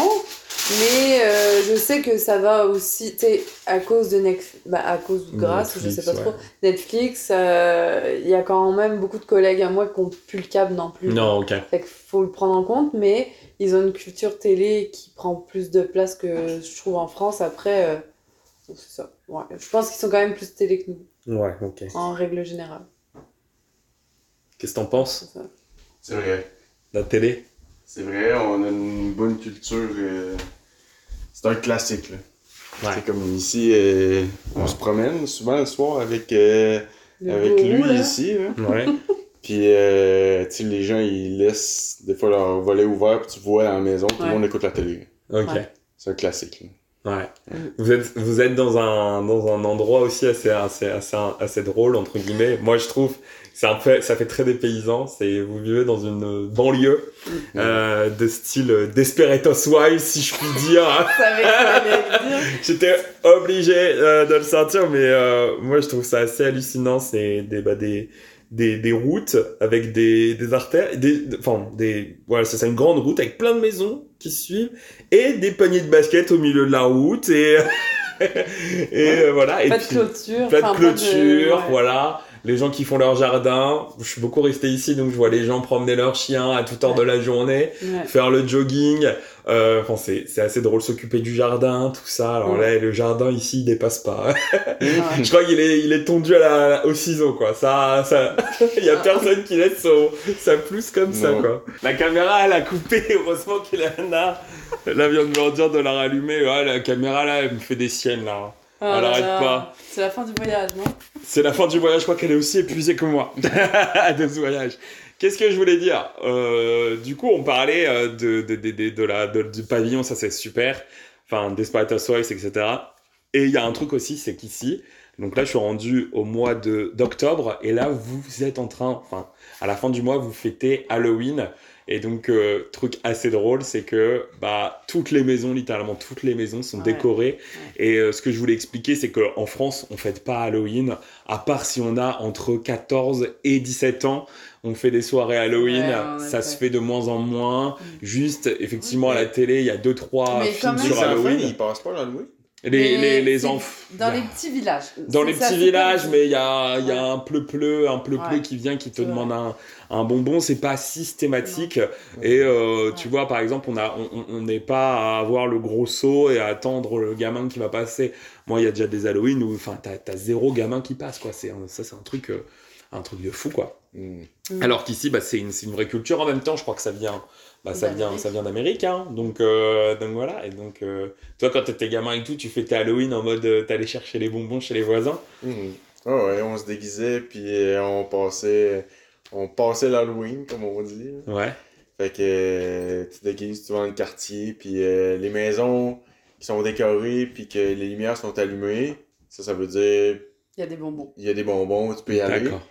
mais euh, je sais que ça va aussi, tu sais, à cause de Netflix, bah, à cause ou grâce, ou je sais Netflix, pas ouais. trop, Netflix, euh, il y a quand même beaucoup de collègues à moi qui ont plus le câble non plus. Non, ok. Fait qu'il faut le prendre en compte, mais ils ont une culture télé qui prend plus de place que je trouve en France. Après, euh, bon, c'est ça. Ouais. Je pense qu'ils sont quand même plus télé que nous, Ouais, ok. en règle générale. Qu'est-ce que t'en penses C'est ça. C'est vrai. La télé C'est vrai, on a une bonne culture. euh, C'est un classique. Là. Ouais. C'est comme ici, euh, on se promène souvent le soir avec, euh, Le avec lui gourou, là. ici. là. Ouais. Puis, euh, tu sais, les gens, ils laissent des fois leur volet ouvert, puis tu vois dans la maison, tout le Ouais. monde écoute la télé. [LAUGHS] ok. Ouais. C'est un classique. là. Ouais. Mm. Vous êtes, vous êtes dans, un, dans un endroit aussi assez, assez, assez, assez drôle, entre guillemets. Moi, je trouve, c'est un peu, ça fait très dépaysant. C'est, vous vivez dans une euh, banlieue euh, de style euh, Desperados Wives, si je puis dire. hein. [LAUGHS] Ça avait rien à dire. J'étais obligé euh, de le sentir, mais euh, moi, je trouve ça assez hallucinant. C'est des, bah, des, des, des routes avec des, des artères, des, de- enfin, des, voilà, c'est ça, une grande route avec plein de maisons qui suivent et des paniers de basket au milieu de la route et, [LAUGHS] et euh, voilà. Et Pas de puis- clôture. pas de enfin, clôture, ouais. voilà. Les gens qui font leur jardin. Je suis beaucoup resté ici, donc je vois les gens promener leurs chiens à toute heure de la journée, [LAUGHS] Ouais. faire le jogging. Euh, enfin, c'est c'est assez drôle s'occuper du jardin, tout ça. Alors Ouais. là, le jardin ici, il dépasse pas. [LAUGHS] Ouais. je crois qu'il est, il est tondu à la, au ciseau, quoi. Ça, ça, [LAUGHS] il y a personne qui laisse son, sa pousse comme ça, Non. quoi. La caméra, elle a coupé. [LAUGHS] Heureusement qu'il en a. Là, vient de me dire de la rallumer. Ouais, la caméra, là, elle me fait des siennes, là. Oh là arrête là. pas. C'est la fin du voyage, non C'est la fin du voyage, je crois qu'elle est aussi épuisée que moi [LAUGHS] de ce voyage. Qu'est-ce que je voulais dire Euh, Du coup, on parlait euh, de, de, de, de- de la, de- du pavillon, ça c'est super. Enfin, Desperate Housewives, etc. Et il y a un truc aussi, c'est qu'ici, donc là je suis rendu au mois de- d'octobre, et là vous êtes en train, enfin, à la fin du mois, vous fêtez Halloween. Et donc, euh, truc assez drôle, c'est que bah, toutes les maisons, littéralement toutes les maisons sont Ouais. décorées. Et euh, ce que je voulais expliquer, c'est qu'en France, on fête pas Halloween à part si on a entre 14 et 17 ans, on fait des soirées Halloween, Ouais, en ça effet. se fait de moins en moins. Mm. Juste, effectivement, à la Ouais. télé, il y a deux trois Mais films quand même- sur Les enfants, Halloween. ils passent pas l'Halloween. Les, Mais les, les c'est enf- Dans les petits villages. dans les Ça, c'est petits pas- villages, mais il y a, il y a un pleu-pleu, un pleu Ouais. qui vient qui te C'est vrai. demande un, un bonbon, c'est pas systématique. Et euh, tu vois, par exemple, on a on- on- on n'est pas à avoir le gros seau et à attendre le gamin qui va passer. Moi, il y a déjà des Halloween où enfin, t'as t'as zéro gamin qui passe, quoi. C'est un- Ça, c'est un truc. euh, un truc de fou quoi. Mm. Mm. Alors qu'ici bah, c'est une, c'est une vraie culture en même temps je crois que ça vient bah, ça D'Amérique. vient ça vient d'Amérique hein. donc euh, donc voilà et donc euh, toi quand t'étais gamin et tout tu fêtais Halloween en mode euh, t'allais chercher les bonbons chez les voisins Mhm. Ah ouais, on se déguisait, puis euh, on passait, on passait l'Halloween, comme on dit. là. ouais Fait que euh, tu te déguises, tu vas dans le quartier, puis euh, les maisons qui sont décorées, puis que les lumières sont allumées, ça, ça veut dire Il y a des bonbons. il y a des bonbons, tu peux y aller. d'accord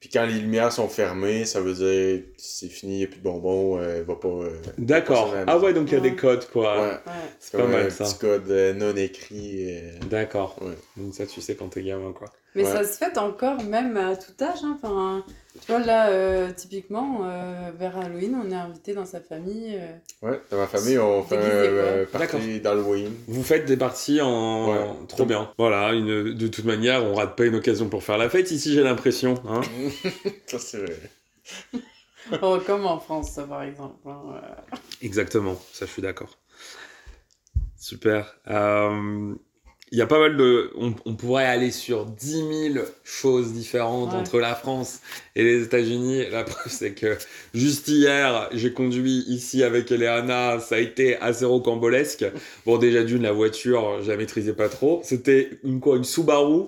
Puis quand les lumières sont fermées, ça veut dire c'est fini, il n'y a plus de bonbons, euh, va pas. euh, D'accord. Personnel. Ah ouais, donc il y a Ouais. des codes, quoi. ouais, Ouais. Ah, C'est comme pas un mal, ça. petit code euh, non écrit. euh, D'accord. Ouais. Donc ça, tu sais quand t'es gamin, quoi. Mais Ouais. ça se fait encore même à tout âge. hein. Enfin, Tu vois, là, euh, typiquement, euh, vers Halloween, on est invité dans sa famille. euh, Ouais, dans ma famille, on fait un Déguisé, euh, D'accord. party d'Halloween. Vous faites des parties en. Ouais. Trop bien. Voilà, une... de toute manière, on rate pas une occasion pour faire la fête ici, j'ai l'impression. Hein Ça, c'est vrai. oh, comme en France, ça, par exemple. hein, euh. Exactement, ça je suis d'accord. Super. Euh, Il y a pas mal de... On, on pourrait aller sur 10 000 choses différentes Ouais. entre la France et les États-Unis. La preuve, c'est que juste hier, j'ai conduit ici avec Eleana. Ça a été assez rocambolesque. Bon, déjà d'une, la voiture, je la maîtrisais pas trop. C'était une quoi Une Subaru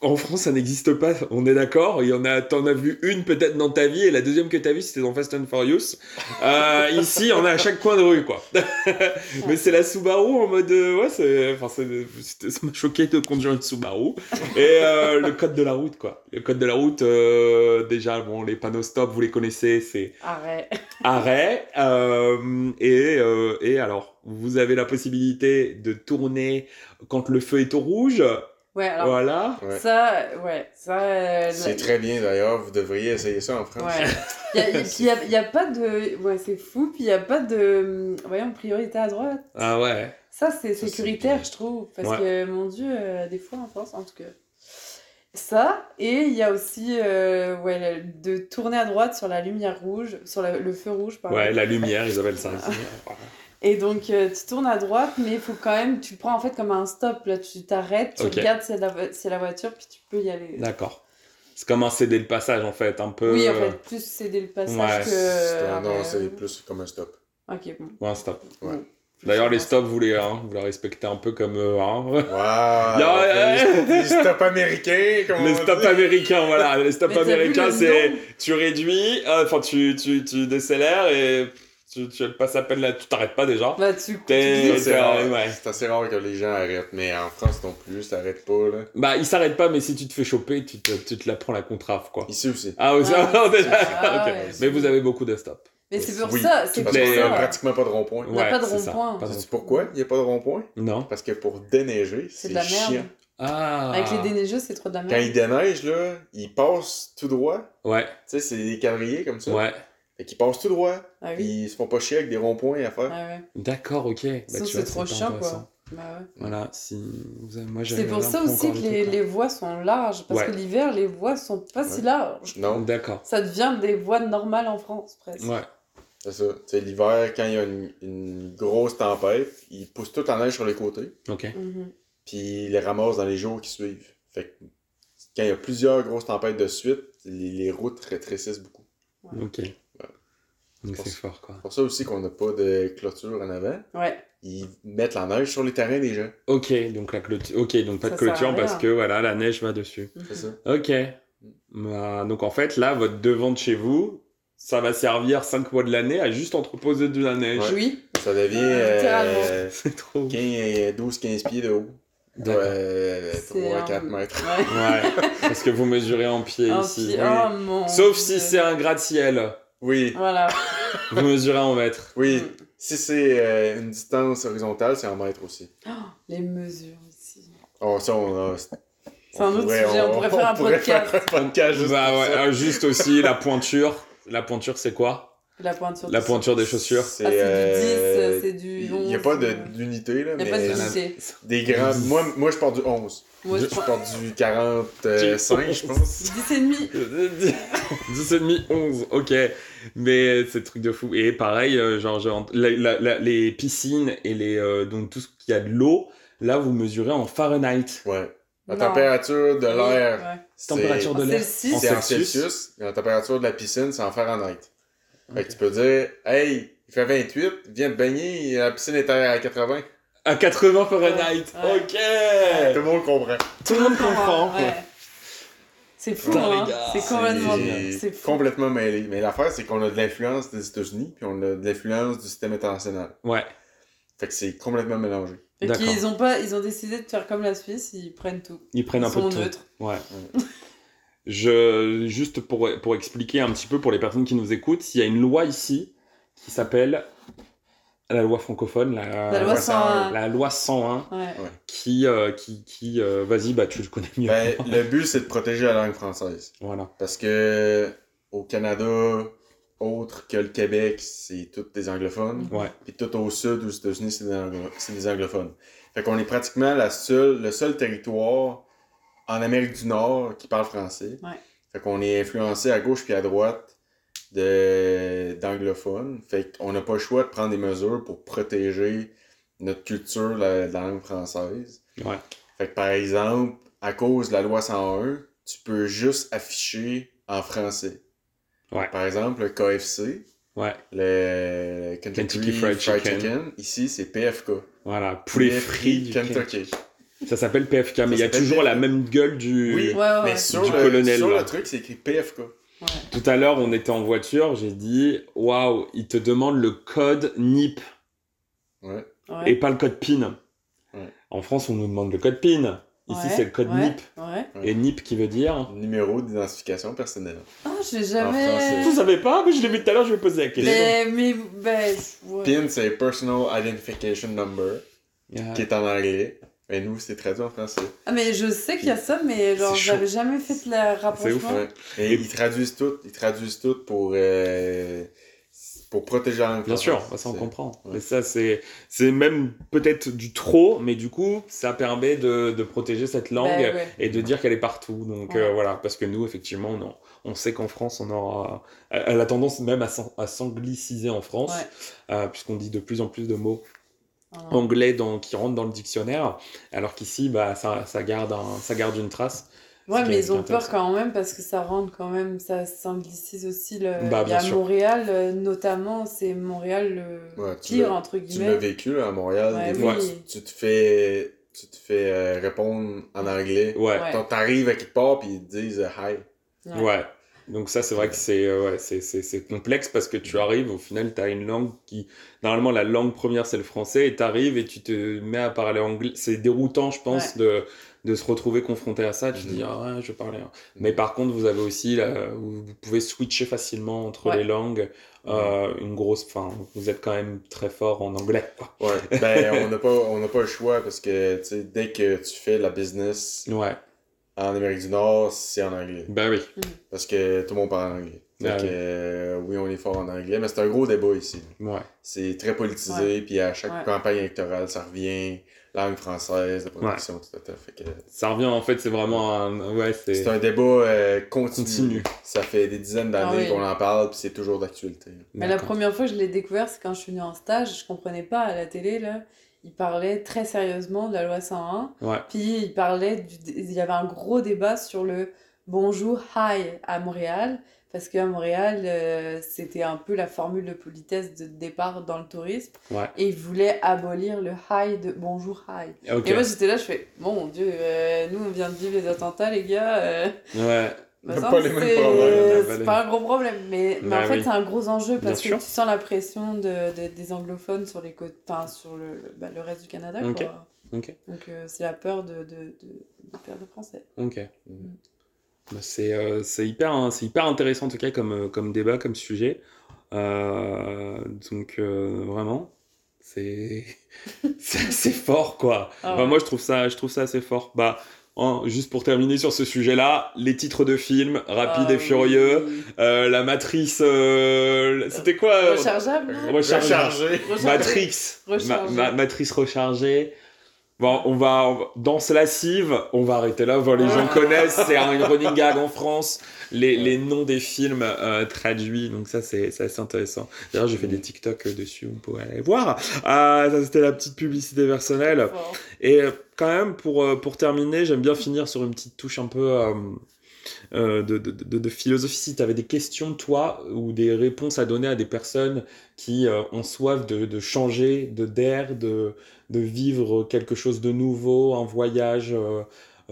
en France, ça n'existe pas, on est d'accord. Il y en a, t'en as vu une peut-être dans ta vie, et la deuxième que t'as vue, c'était dans Fast and Furious. Euh, ici, on a à chaque coin de rue, quoi. [LAUGHS] Mais c'est la Subaru en mode, euh, ouais, c'est, enfin, c'est- c'était- ça m'a choqué de conduire une Subaru. Et euh, le code de la route, quoi. Le code de la route, euh, déjà, bon, les panneaux stop, vous les connaissez, c'est Arrête. arrêt. euh, et, euh, et alors, vous avez la possibilité de tourner quand le feu est au rouge. Ouais, alors, Voilà. Ouais. ça, ouais, ça. euh, C'est la- très bien d'ailleurs, vous devriez essayer ça en France. Ouais. Il y a- et puis il y a, il y a pas de. Ouais, c'est fou. Puis il n'y a pas de. hum, Voyons, priorité à droite. Ah ouais. Ça, c'est Ça, c'est sécuritaire, bien. je trouve. Parce Ouais. que, mon Dieu, euh, des fois, en France, en tout cas. Ça, et il y a aussi euh, ouais, le- de tourner à droite sur la lumière rouge, sur la- le feu rouge, pardon. Ouais, la lumière, ils appellent [LAUGHS] ça. ici. Et donc, euh, tu tournes à droite, mais il faut quand même, tu le prends en fait comme un stop. Là, tu t'arrêtes, tu Ok. regardes si la, vo- s'il y a la voiture, puis tu peux y aller. D'accord. C'est comme un céder le passage, en fait, un peu. Oui, en fait, plus céder le passage euh, Ouais, C'est un- que. euh, non, c'est plus comme un stop. Ok, bon. Ou un stop. Ouais. D'ailleurs, les stops, vous les, hein, vous la respectez un peu comme. euh, [LAUGHS] hein. Wow! Non, les, ouais. les stops américains, comme Les on stops dit. américains, voilà. Les stops [LAUGHS] Mais t'as vu américains, le c'est nom tu réduis, euh, enfin tu, tu, tu décélères et tu, tu passes à peine là, tu t'arrêtes pas déjà. Bah, tu. T'es- [LAUGHS] tu Ça, dis- C'est Ouais. rare, c'est assez rare que les gens arrêtent, mais en France non plus, ça arrête pas. Là. Bah, il s'arrête pas, mais si tu te fais choper, tu te, tu te la prends la contrave, quoi. Ici aussi. [LAUGHS] Ah, oui, ça, Ah, non, déjà. ah, ok. ouais. Mais vous avez beaucoup de stops. Mais c'est pour Oui, ça, c'est pour Parce qu'on les- a ça. pratiquement pas de rond-point. On n'a pas de c'est ça. rond-point. hein. Pas de Sais-tu pourquoi il n'y a pas de rond-point? Non. Parce que pour déneiger, c'est C'est de la merde. chiant. Ah. Avec les déneigeuses, c'est trop de la merde. Quand ils déneigent, là, ils passent tout droit. Ouais, Tu sais, c'est des quadrillés comme ça. ouais. Fait qu'ils passent tout droit. Ah Puis oui. ils se font pas chier avec des ronds-points à faire. Ah ouais. D'accord, ok. Bah, Ça, tu c'est vois, trop pas chiant, intéressant. quoi. Bah ouais. Voilà, si vous avez- moi j'avais C'est pour un ça peu aussi encore que le les, truc, les voies sont larges. Parce Ouais. que l'hiver, les voies sont pas si Ouais. larges. là. Non, D'accord. Ça devient des voies normales en France, presque. Ouais. c'est ça. Tu sais, l'hiver, quand il y a une, une grosse tempête, ils poussent toute la neige sur les côtés. Ok. Mhm. Puis ils les ramassent dans les jours qui suivent. Fait que quand il y a plusieurs grosses tempêtes de suite, les, les routes rétrécissent beaucoup. Ok. Donc pense- c'est fort, quoi. C'est pour ça aussi qu'on n'a pas de clôture en avant. Ouais. Ils mettent la neige sur les terrains des gens. Ok, donc la clôture. Ok, donc pas Ça de sert à clôture parce rien. que voilà, la neige va dessus. Mhm. C'est ça. Ok. Bah, donc en fait, là, votre devant de chez vous, ça va servir 5 mois de l'année à juste entreposer de la neige. Oui. Ça devient Ah, Littéralement. euh, [LAUGHS] C'est trop. 12-15 pieds de haut. D'accord. Euh, C'est 3-4 un- mètres. Ouais. Ouais, parce que vous mesurez en pied Ah, ici. puis- oh, mon Sauf si Dieu. c'est un gratte-ciel, Oui, Voilà. vous mesurez en mètres. oui. Mm. Si c'est euh, une distance horizontale, c'est en mètres aussi. Les mesures ici. Oh, ça, on a. C'est un autre sujet, on [LAUGHS] pourrait faire un podcast. faire un podcast [LAUGHS] juste Bah pour ouais, ça. euh, juste aussi la pointure. La pointure, c'est quoi La pointure. La du- pointure des chaussures. Ah, c'est euh, du 10, c'est du 11. Il n'y a pas de- d'unité, là, Il n'y mais a pas Il y en a- de lycée. des grands. Moi, moi, je pars du 11. Moi, je je prends pars du 45, Euh, je pense. 10 et demi. [LAUGHS] 10 et demi, 11, ok. Mais c'est truc de fou. Et pareil, euh, genre, j'ai ent- la- la- la- les piscines et les, euh, donc tout ce qu'il y a de l'eau, là, vous mesurez en Fahrenheit. Ouais. La Non. température de l'air, Ouais. c'est- Température de Ah, l'air. c'est le six. en c'est en Celsius. Celsius. et La température de la piscine, c'est en Fahrenheit. Fait Ok. que tu peux dire, hey, il fait 28, viens te baigner, la piscine est à 80. À 80 Fahrenheit. Ouais. Tout le Ok. monde comprend. Tout le monde comprend. Ah, Ouais. C'est fou, Putain, hein. les gars, C'est complètement. C'est C'est fou. complètement mêlé. Mais l'affaire, c'est qu'on a de l'influence des États-Unis, puis on a de l'influence du système international. Ouais. Fait que c'est complètement mélangé. Fait D'accord. qu'ils ont pas, ils ont décidé de faire comme la Suisse, ils prennent tout. Ils prennent Ils un peu sont de tout. neutres. Ouais. Je, juste pour, pour expliquer un petit peu pour les personnes qui nous écoutent, il y a une loi ici qui s'appelle la loi francophone, la, La loi ouais, ça, 101. la loi 101, Ouais. qui, euh, qui, qui euh, vas-y, bah tu le connais mieux. Ben, le but, c'est de protéger la langue française. Voilà. Parce que au Canada, autre que le Québec, c'est tous des anglophones. Ouais. Puis tout au sud, aux États-Unis, c'est des, anglo- c'est des anglophones. Fait qu'on est pratiquement la seule, le seul territoire en Amérique du Nord qui parle français. Ouais. Fait qu'on est influencé à gauche puis à droite de, d'anglophones. Fait qu'on n'a pas le choix de prendre des mesures pour protéger notre culture, la, la langue française. Ouais. Fait que par exemple, à cause de la loi 101, tu peux juste afficher en français. Ouais. Par exemple, le KFC, Ouais, le Kentucky, Kentucky Fried Fried, Chicken. Chicken. ici c'est PFK. voilà, poulet frit. du Kentucky. Ken- Ça s'appelle PFK, mais il y a s'appelle toujours PFK. la même gueule du. Oui. Ouais, Ah, ouais. Mais ouais. sur, Du le, colonel, sur là. le truc, c'est écrit PFK. Ouais. Tout à l'heure, on était en voiture, j'ai dit Waouh, il te demande le code NIP Ouais. Ouais. et pas le code PIN. Ouais. En France, on nous demande le code PIN. Ici, Ouais, c'est le code ouais, NIP. Ouais. Ouais. Et NIP qui veut dire. Numéro d'identification personnelle. Ah, je l'ai En jamais. français. Vous savez pas Mais je l'ai vu tout à l'heure, je vais poser la question. mais, mais, ben, ouais. PIN, c'est Personal Identification Number, Ah, qui est en anglais. Mais nous, c'est traduit en français. Ah, mais je sais qu'il y a ça, mais genre, C'est chaud. j'avais jamais fait le C'est ouf, rapprochement. Ouais. Et ils traduisent tout. Ils traduisent tout pour, euh, pour protéger la langue Bien sûr, bah, française. ça on C'est- comprend. ouais. Mais ça, c'est c'est même peut-être du trop, mais du coup, ça permet de, de protéger cette langue. Ben, ouais. et de dire qu'elle est partout. Donc Ouais. euh, voilà, parce que nous, effectivement, on, en- on sait qu'en France, on aura. Elle elle a tendance même à s'en- à s'angliciser en France, Ouais. euh, puisqu'on dit de plus en plus de mots Ah, non. anglais dans, qui rentrent dans le dictionnaire, alors qu'ici, bah, ça, ça, garde un- ça garde une trace. Ouais, C'est mais bien- ils ont bien peur intéressant. quand même parce que ça rentre quand même, ça s'anglicise aussi. Le... Bah, Il y bien a sûr. Montréal, euh, notamment, c'est Montréal le Ouais, tu pire, l'as- entre Tu l'as guillemets. vécu là, à Montréal. Ouais, des fois, oui. tu, tu te fais, tu te fais euh, répondre en anglais. Ouais, Ouais. Donc, t'arrives à quelque part, puis ils te disent euh, hi. ouais. Donc ça, c'est vrai que c'est euh, ouais, c'est- c'est- c'est complexe parce que tu arrives, au final, tu as une langue qui... Normalement, la langue première, c'est le français, et tu arrives et tu te mets à parler anglais. C'est déroutant, je pense, de, de se retrouver confronté à ça. Tu te dis, Mhm. ah ouais, je parlais Mais par contre, vous avez aussi, là, vous vous pouvez switcher facilement entre Ouais. les langues. Euh, Mhm. une grosse, enfin, vous êtes quand même très fort en anglais, quoi. Ouais, [LAUGHS] ben on n'a pas on n'a pas le choix parce que tu sais dès que tu fais la business Ouais, en Amérique du Nord, c'est en anglais bah oui. parce que tout le monde parle anglais. Fait Ah que oui. euh, oui, on est fort en anglais, mais c'est un gros débat ici. Ouais, C'est très politisé puis à chaque Ouais. campagne électorale, ça revient langue française, la protection tout à fait. Fait que ça revient en fait, c'est vraiment un. Ouais, c'est. c'est un débat euh, continu. Continu. Ça fait des dizaines d'années Ah oui. qu'on en parle puis c'est toujours d'actualité. Mais la D'accord. première fois que je l'ai découvert, c'est quand je suis venue en stage, je comprenais pas à la télé, là. Ils parlaient très sérieusement de la loi 101. Ouais. Puis ils parlaient du... il y avait un gros débat sur le bonjour, hi à Montréal. Parce qu'à Montréal, euh, c'était un peu la formule de politesse de départ dans le tourisme. Ouais. Et ils voulaient abolir le hi de bonjour, hi. Ok. Et moi j'étais là, je fais, mon dieu, euh, nous on vient de vivre les attentats, les gars. euh, Ouais. bah, Pas ça, les mêmes c'est- problèmes. C'est pas un gros problème, mais, mais Bah en fait, oui. c'est un gros enjeu Bien parce que sûr. tu sens la pression de, de- des anglophones sur, les côtes, enfin, sur le, le- bah, le reste du Canada. Ok. quoi. Ok. Donc, euh, c'est la peur de, de, de, de perdre le français. Ok. Mm. Bah, C'est euh, c'est hyper, hein, c'est hyper intéressant en tout cas comme, euh, comme débat, comme sujet. Euh, donc euh, vraiment, c'est [LAUGHS] c'est assez fort quoi. Enfin, Ah ouais. Bah, moi je trouve ça, je trouve ça assez fort. Bah, en- juste pour terminer sur ce sujet-là, les titres de films, Rapide Ah, et Furieux, oui. euh, La Matrice, euh, c'était quoi euh, Rechargeable non Rechargeable. Recharger. Rechargeable. Matrix, Ma- Rechargé. ma- Matrice rechargée. Bon, on va on va- danse lascive, on va arrêter là. Bon, les gens Ah. connaissent, c'est un running gag en France. Les, les noms des films euh, traduits, donc ça c'est c'est assez intéressant. D'ailleurs, j'ai fait des TikTok euh, dessus, vous pouvez aller voir. Ah, ça c'était la petite publicité personnelle. Fort. Et euh, quand même, pour, euh, pour terminer, j'aime bien finir sur une petite touche un peu euh, euh, de, de- de- de philosophie. Si tu avais des questions, toi, ou des réponses à donner à des personnes qui euh, ont soif de, de changer, de d'air, de, de vivre quelque chose de nouveau, un voyage, euh,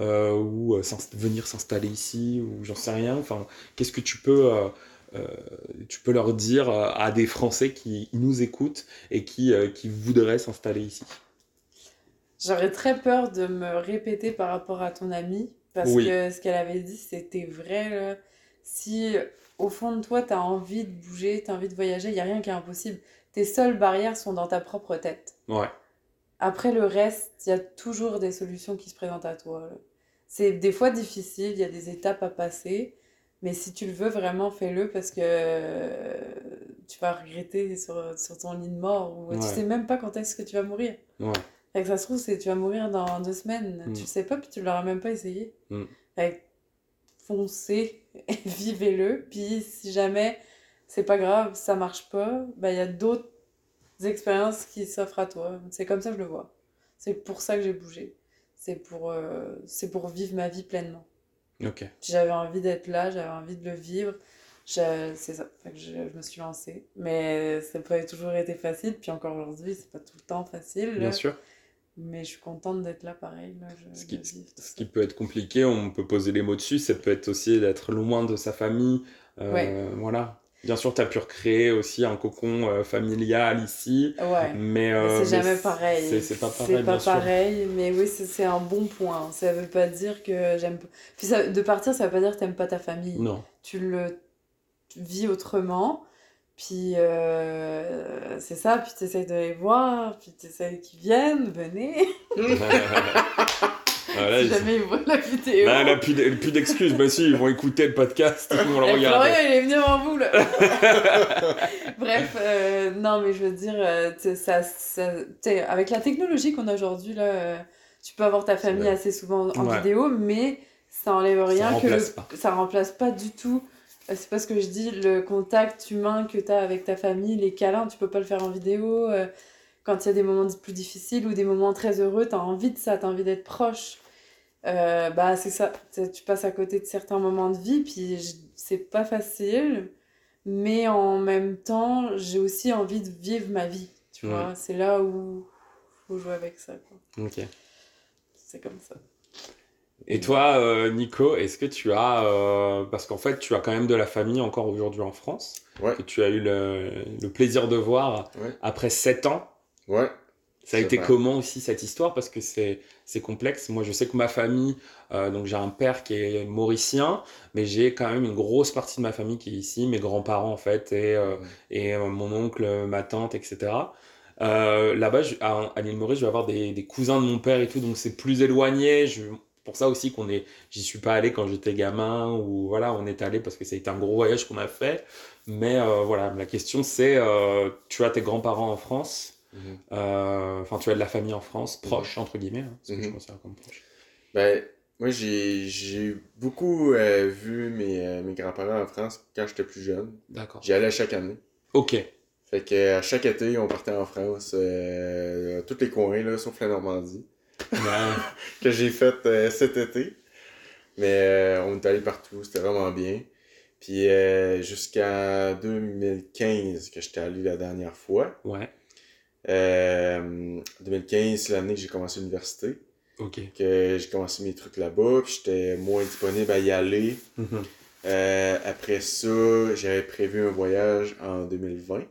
euh, ou euh, s'ins- venir s'installer ici, ou j'en sais rien. Enfin, qu'est-ce que tu peux... euh, euh, tu peux leur dire euh, à des Français qui nous écoutent et qui, euh, qui voudraient s'installer ici. J'aurais très peur de me répéter par rapport à ton amie, parce Oui. que ce qu'elle avait dit, c'était vrai. là. Si au fond de toi, t'as envie de bouger, t'as envie de voyager, il n'y a rien qui est impossible. Tes seules barrières sont dans ta propre tête. Ouais. Après le reste, il y a toujours des solutions qui se présentent à toi. là. C'est des fois difficile, il y a des étapes à passer, Mais si tu le veux vraiment, fais-le parce que euh, tu vas regretter sur, sur ton lit de mort ou tu Ouais. sais même pas quand est-ce que tu vas mourir. Ouais. Fait que ça se trouve, c'est tu vas mourir dans deux semaines. Mm. Tu le sais pas, puis tu l'auras même pas essayé. Mm. Fait que foncez, [LAUGHS] et vivez-le. Puis si jamais c'est pas grave, ça marche pas, bah il y a d'autres expériences qui s'offrent à toi. C'est comme ça que je le vois. C'est pour ça que j'ai bougé. C'est pour, euh, c'est pour vivre ma vie pleinement. Ok. J'avais envie d'être là, j'avais envie de le vivre. Je- C'est ça, Fait que je, je me suis lancée. Mais ça n'a pas toujours été facile. Puis encore aujourd'hui, c'est pas tout le temps facile. Bien sûr. Mais je suis contente d'être là, pareil. Là, je, Ce je qui- vis tout Ce ça. qui peut être compliqué, on peut poser les mots dessus, ça peut être aussi d'être loin de sa famille. euh, Ouais. Voilà. Bien sûr, tu as pu recréer aussi un cocon euh, familial ici, Ouais. mais... Mais euh, c'est mais jamais c'est- pareil. c'est- C'est pas pareil, C'est bien pas sûr. pareil, mais oui, c'est c'est un bon point. Ça veut pas dire que j'aime. pas- Puis ça- de partir, ça veut pas dire que t'aimes pas ta famille. [LAUGHS] Non. Tu le tu vis autrement. Puis euh, c'est ça, puis t'essayes de les voir, puis t'essayes qu'ils viennent, venez. [LAUGHS] voilà, Ah, si ils- jamais ils voient la vidéo. Bah, là, plus d'- plus d'excuses, bah si, ils vont écouter le podcast, ils vont le Eh, regarder. Florian, il est venu en boule. [LAUGHS] Bref, euh, non, mais je veux dire, euh, tu sais, ça, ça- tu sais, avec la technologie qu'on a aujourd'hui, là, euh, tu peux avoir ta C'est famille vrai. assez souvent en Ouais. vidéo, mais ça enlève rien que remplace le- pas. ça remplace pas du tout. euh, C'est pas ce que je dis, le contact humain que tu as avec ta famille, les câlins, tu peux pas le faire en vidéo. euh, quand il y a des moments plus difficiles ou des moments très heureux, t'as envie de ça, t'as envie d'être proche. Euh, bah c'est ça, C'est- tu passes à côté de certains moments de vie, puis je- c'est pas facile, mais en même temps, j'ai aussi envie de vivre ma vie, tu Ouais. vois. C'est là où faut jouer avec ça, quoi. Ok. C'est comme ça. Et toi, euh, Nico, est-ce que tu as... euh, parce qu'en fait, tu as quand même de la famille encore aujourd'hui en France, Ouais. que tu as eu le, le plaisir de voir Ouais. après 7 ans. Ouais. Ça a Je sais été pas. comment aussi cette histoire Parce que c'est c'est complexe. Moi, je sais que ma famille, euh, donc j'ai un père qui est mauricien, mais j'ai quand même une grosse partie de ma famille qui est ici, mes grands-parents en fait, et, euh, et euh, mon oncle, euh, ma tante, etc. Euh, Là-bas, je- à, à l'île Maurice, je vais avoir des, des cousins de mon père et tout, donc c'est plus éloigné. Je, pour ça aussi qu'on est, j'y suis pas allé quand j'étais gamin ou voilà, on est allé parce que ça a été un gros voyage qu'on a fait. Mais euh, voilà, la question c'est, euh, tu as tes grands-parents en France Mhm. euh, Enfin, tu as de la famille en France, proche, entre guillemets, hein, ce que je Mhm. considère comme proche. Ben, moi, j'ai j'ai beaucoup euh, vu mes, euh, mes grands-parents en France quand j'étais plus jeune. D'accord. J'y allais chaque année. Ok. Fait que euh, à chaque été, on partait en France, euh, à tous les coins, là, sauf la Normandie, Ouais. que j'ai faite euh, cet été. Mais euh, on est allé partout, c'était vraiment bien. Puis euh, jusqu'à 2015 que j'étais allé la dernière fois. ouais. Euh, 2015, c'est l'année que j'ai commencé l'université. Ok. que j'ai commencé mes trucs là-bas, puis j'étais moins disponible à y aller. Mhm. Euh, après ça, j'avais prévu un voyage en 2020,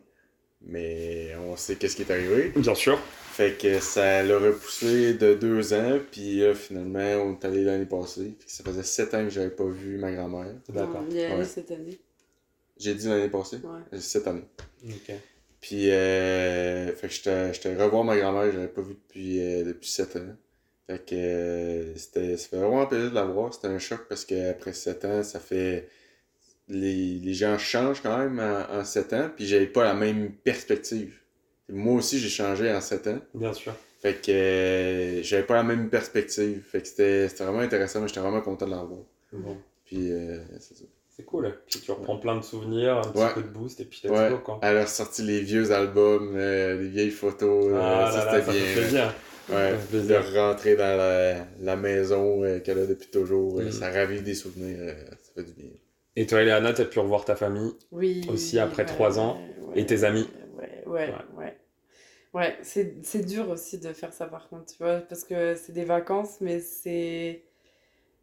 mais on sait qu'est-ce qui est arrivé. Bien sûr. Fait que ça l'a repoussé de deux ans, puis là, finalement, on est allé l'année passée. Fait que ça faisait sept ans que j'avais pas vu ma grand-mère. D'accord. On y est allé Ouais. cette année. J'ai dit l'année passée? Ouais. Euh, Cette année. Ok. Puis, euh, fait que j'étais, j'étais revoir ma grand-mère, que j'avais pas vu depuis, euh, depuis 7 ans. Fait que euh, c'était, ça fait vraiment plaisir de la voir. C'était un choc parce qu'après 7 ans, ça fait. Les, les gens changent quand même en, en 7 ans, puis j'avais pas la même perspective. Moi aussi, j'ai changé en 7 ans. Bien sûr. Fait que euh, j'avais pas la même perspective. Fait que c'était, c'était vraiment intéressant, mais j'étais vraiment content de la voir. Bon. Puis, euh, c'est ça. C'est cool. Puis tu reprends plein de souvenirs, un petit Ouais. peu de boost, et puis let's Ouais. go, quoi. Elle a ressorti les vieux albums, euh, les vieilles photos. euh, Ah là ça, là, c'était ça bien. fait là. plaisir. Ouais, Ça fait de plaisir. rentrer dans la, la maison euh, qu'elle a depuis toujours, euh, Mm. ça ravive des souvenirs, euh, ça fait du bien. Et toi, Eliana, t'as pu revoir ta famille Oui. Aussi après ouais, trois ans, ouais, et tes amis. Ouais, ouais, ouais. Ouais, c'est c'est dur aussi de faire ça par contre, tu vois, parce que c'est des vacances, mais c'est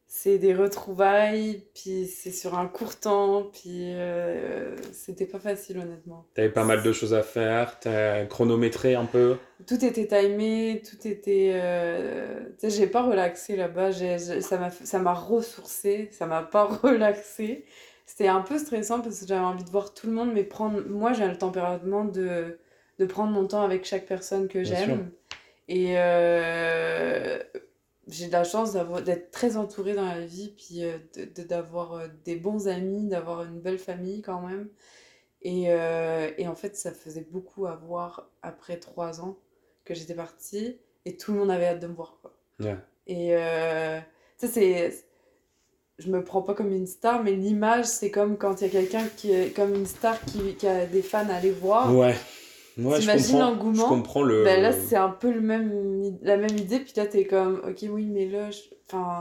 c'est des retrouvailles, puis c'est sur un court temps, puis euh, c'était pas facile honnêtement. T'avais pas mal de choses à faire, t'as chronométré un peu. Tout était timé, tout était. euh, Tu sais, j'ai pas relaxé là-bas, j'ai- j'ai- ça m'a ça m'a ressourcé, ça m'a pas [LAUGHS] relaxé. C'était un peu stressant parce que j'avais envie de voir tout le monde, mais prendre. Moi, j'ai le tempérament de, de prendre mon temps avec chaque personne que Bien sûr. j'aime. Et euh, j'ai de la chance d'avoir- d'être très entourée dans la vie, puis euh, de- de- d'avoir euh, des bons amis, d'avoir une belle famille quand même. Et, euh, et en fait, ça faisait beaucoup à voir après trois ans que j'étais partie, et tout le monde avait hâte de me voir. Quoi. Ouais. Et euh, tu sais, c'est. Je me prends pas comme une star, mais l'image, c'est comme quand il y a quelqu'un qui est comme une star qui, qui a des fans à aller voir. Ouais. Ouais, je Oh. T'imagines comprends, je l'engouement comprends le. Ben là, c'est un peu le même, la même idée, puis là, t'es comme, ok, oui, mais là, je- enfin.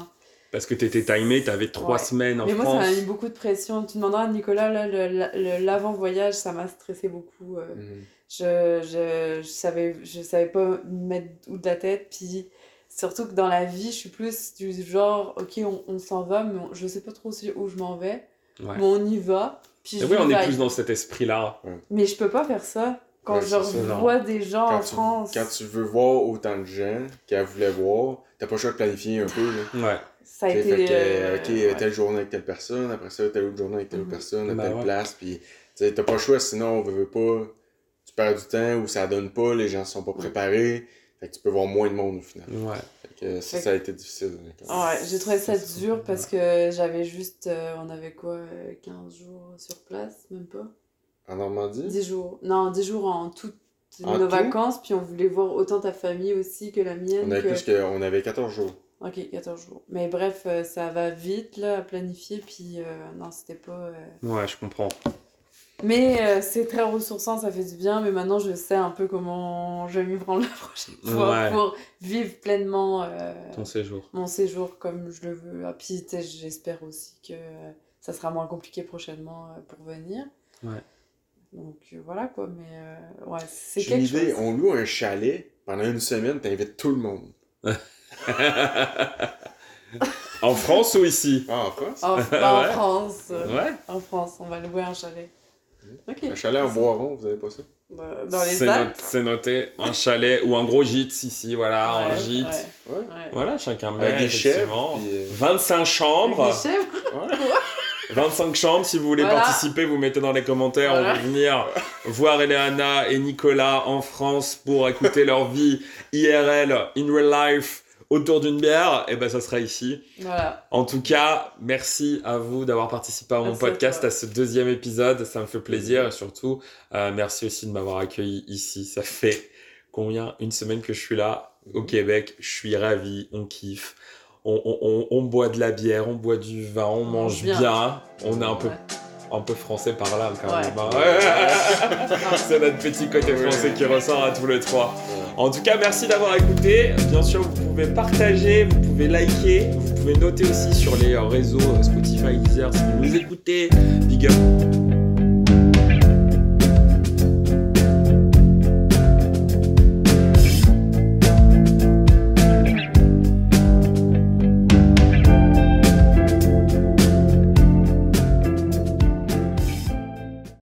Parce que t'étais timé, t'avais trois Ouais. semaines en Mais moi, France. ça m'a mis beaucoup de pression. Tu demanderas à Nicolas, là, le- le- le- l'avant-voyage, ça m'a stressé beaucoup. euh. Mm. Je, je, je savais, je savais pas me mettre où de la tête, puis surtout que dans la vie, je suis plus du genre, ok, on, on s'en va, mais on- je sais pas trop si- où je m'en vais, Ouais. mais on y va, puis je oui, on vais. est plus dans cet esprit-là. Mais je peux pas faire ça quand Ouais, je c'est ça, non. revois des gens Quand en tu, France. quand tu veux voir autant de gens qu'elle voulait voir, t'as pas le choix de planifier un peu. Là. Ouais. Ça a T'sais, été. fait que, euh, ok, ouais. telle journée avec telle personne, après ça, telle autre journée avec telle Mhm. personne, à Ben telle ouais. place, puis t'sais, t'as pas le choix, sinon on veut, veut pas, tu perds du temps ou ça donne pas, les gens sont Mm. pas préparés, fait que tu peux voir moins de monde au final. Ouais. Fait que ça, Fait ça a été difficile. là, quand même. Ouais, j'ai trouvé ça Ça, c'est dur compliqué, parce que j'avais juste. euh, on avait quoi euh, 15 jours sur place, même pas Ah. En Normandie? 10 jours. Non, 10 jours en toutes Mmh. En nos tout vacances, puis on voulait voir autant ta famille aussi que la mienne. On avait que- plus que, on avait 14 jours. Ok, 14 jours. Mais bref, euh, ça va vite là à planifier, puis euh, non, c'était pas. euh, Ouais, je comprends. Mais euh, c'est très ressourçant, ça fait du bien, mais maintenant je sais un peu comment je vais m'y prendre la [LAUGHS] prochaine fois Ouais. pour vivre pleinement. euh, Ton séjour. mon séjour comme je le veux. Ah, puis tu sais, j'espère aussi que euh, ça sera moins compliqué prochainement euh, pour venir. Ouais. Donc euh, voilà quoi, mais euh, ouais, c'est J'ai une quelque idée, chose. on loue un chalet, pendant une semaine, t'invites tout le monde. En France ou ici Ah, en France? [LAUGHS] En, pas Ouais. Oh, bah, en France, euh, Ouais. en France, on va louer un chalet. Ok. Un chalet en Boiron, vous avez pas ça? Bah, Dans les C'est Alpes. noté- C'est noté. Un chalet ou un gros gîte ici, voilà, un Ouais, gîte. ouais, Ouais. ouais. Voilà, chacun met. Avec des chèvres, effectivement. puis, euh, 25 chambres. Avec des chèvres. 25 chambres, si vous voulez Voilà. participer, vous mettez dans les commentaires, on Voilà. va venir voir Eleana et Nicolas en France pour écouter leur vie IRL, in real life, autour d'une bière, et ben ça sera ici. Voilà. En tout cas, merci à vous d'avoir participé à mon Merci à podcast, toi. à ce deuxième épisode, ça me fait plaisir, et surtout, euh, merci aussi de m'avoir accueilli ici, ça fait combien Une semaine que je suis là, au Québec, je suis ravi, on kiffe. On, on- on- on boit de la bière, on boit du vin, on mange bien. bien. On est un peu, Ouais. un peu français par là quand Ouais. même. hein. [LAUGHS] C'est notre petit côté français qui ressort à tous les trois. En tout cas, merci d'avoir écouté. Bien sûr, vous pouvez partager, vous pouvez liker, vous pouvez noter aussi sur les euh, réseaux euh, Spotify, Deezer si vous nous écoutez. Big up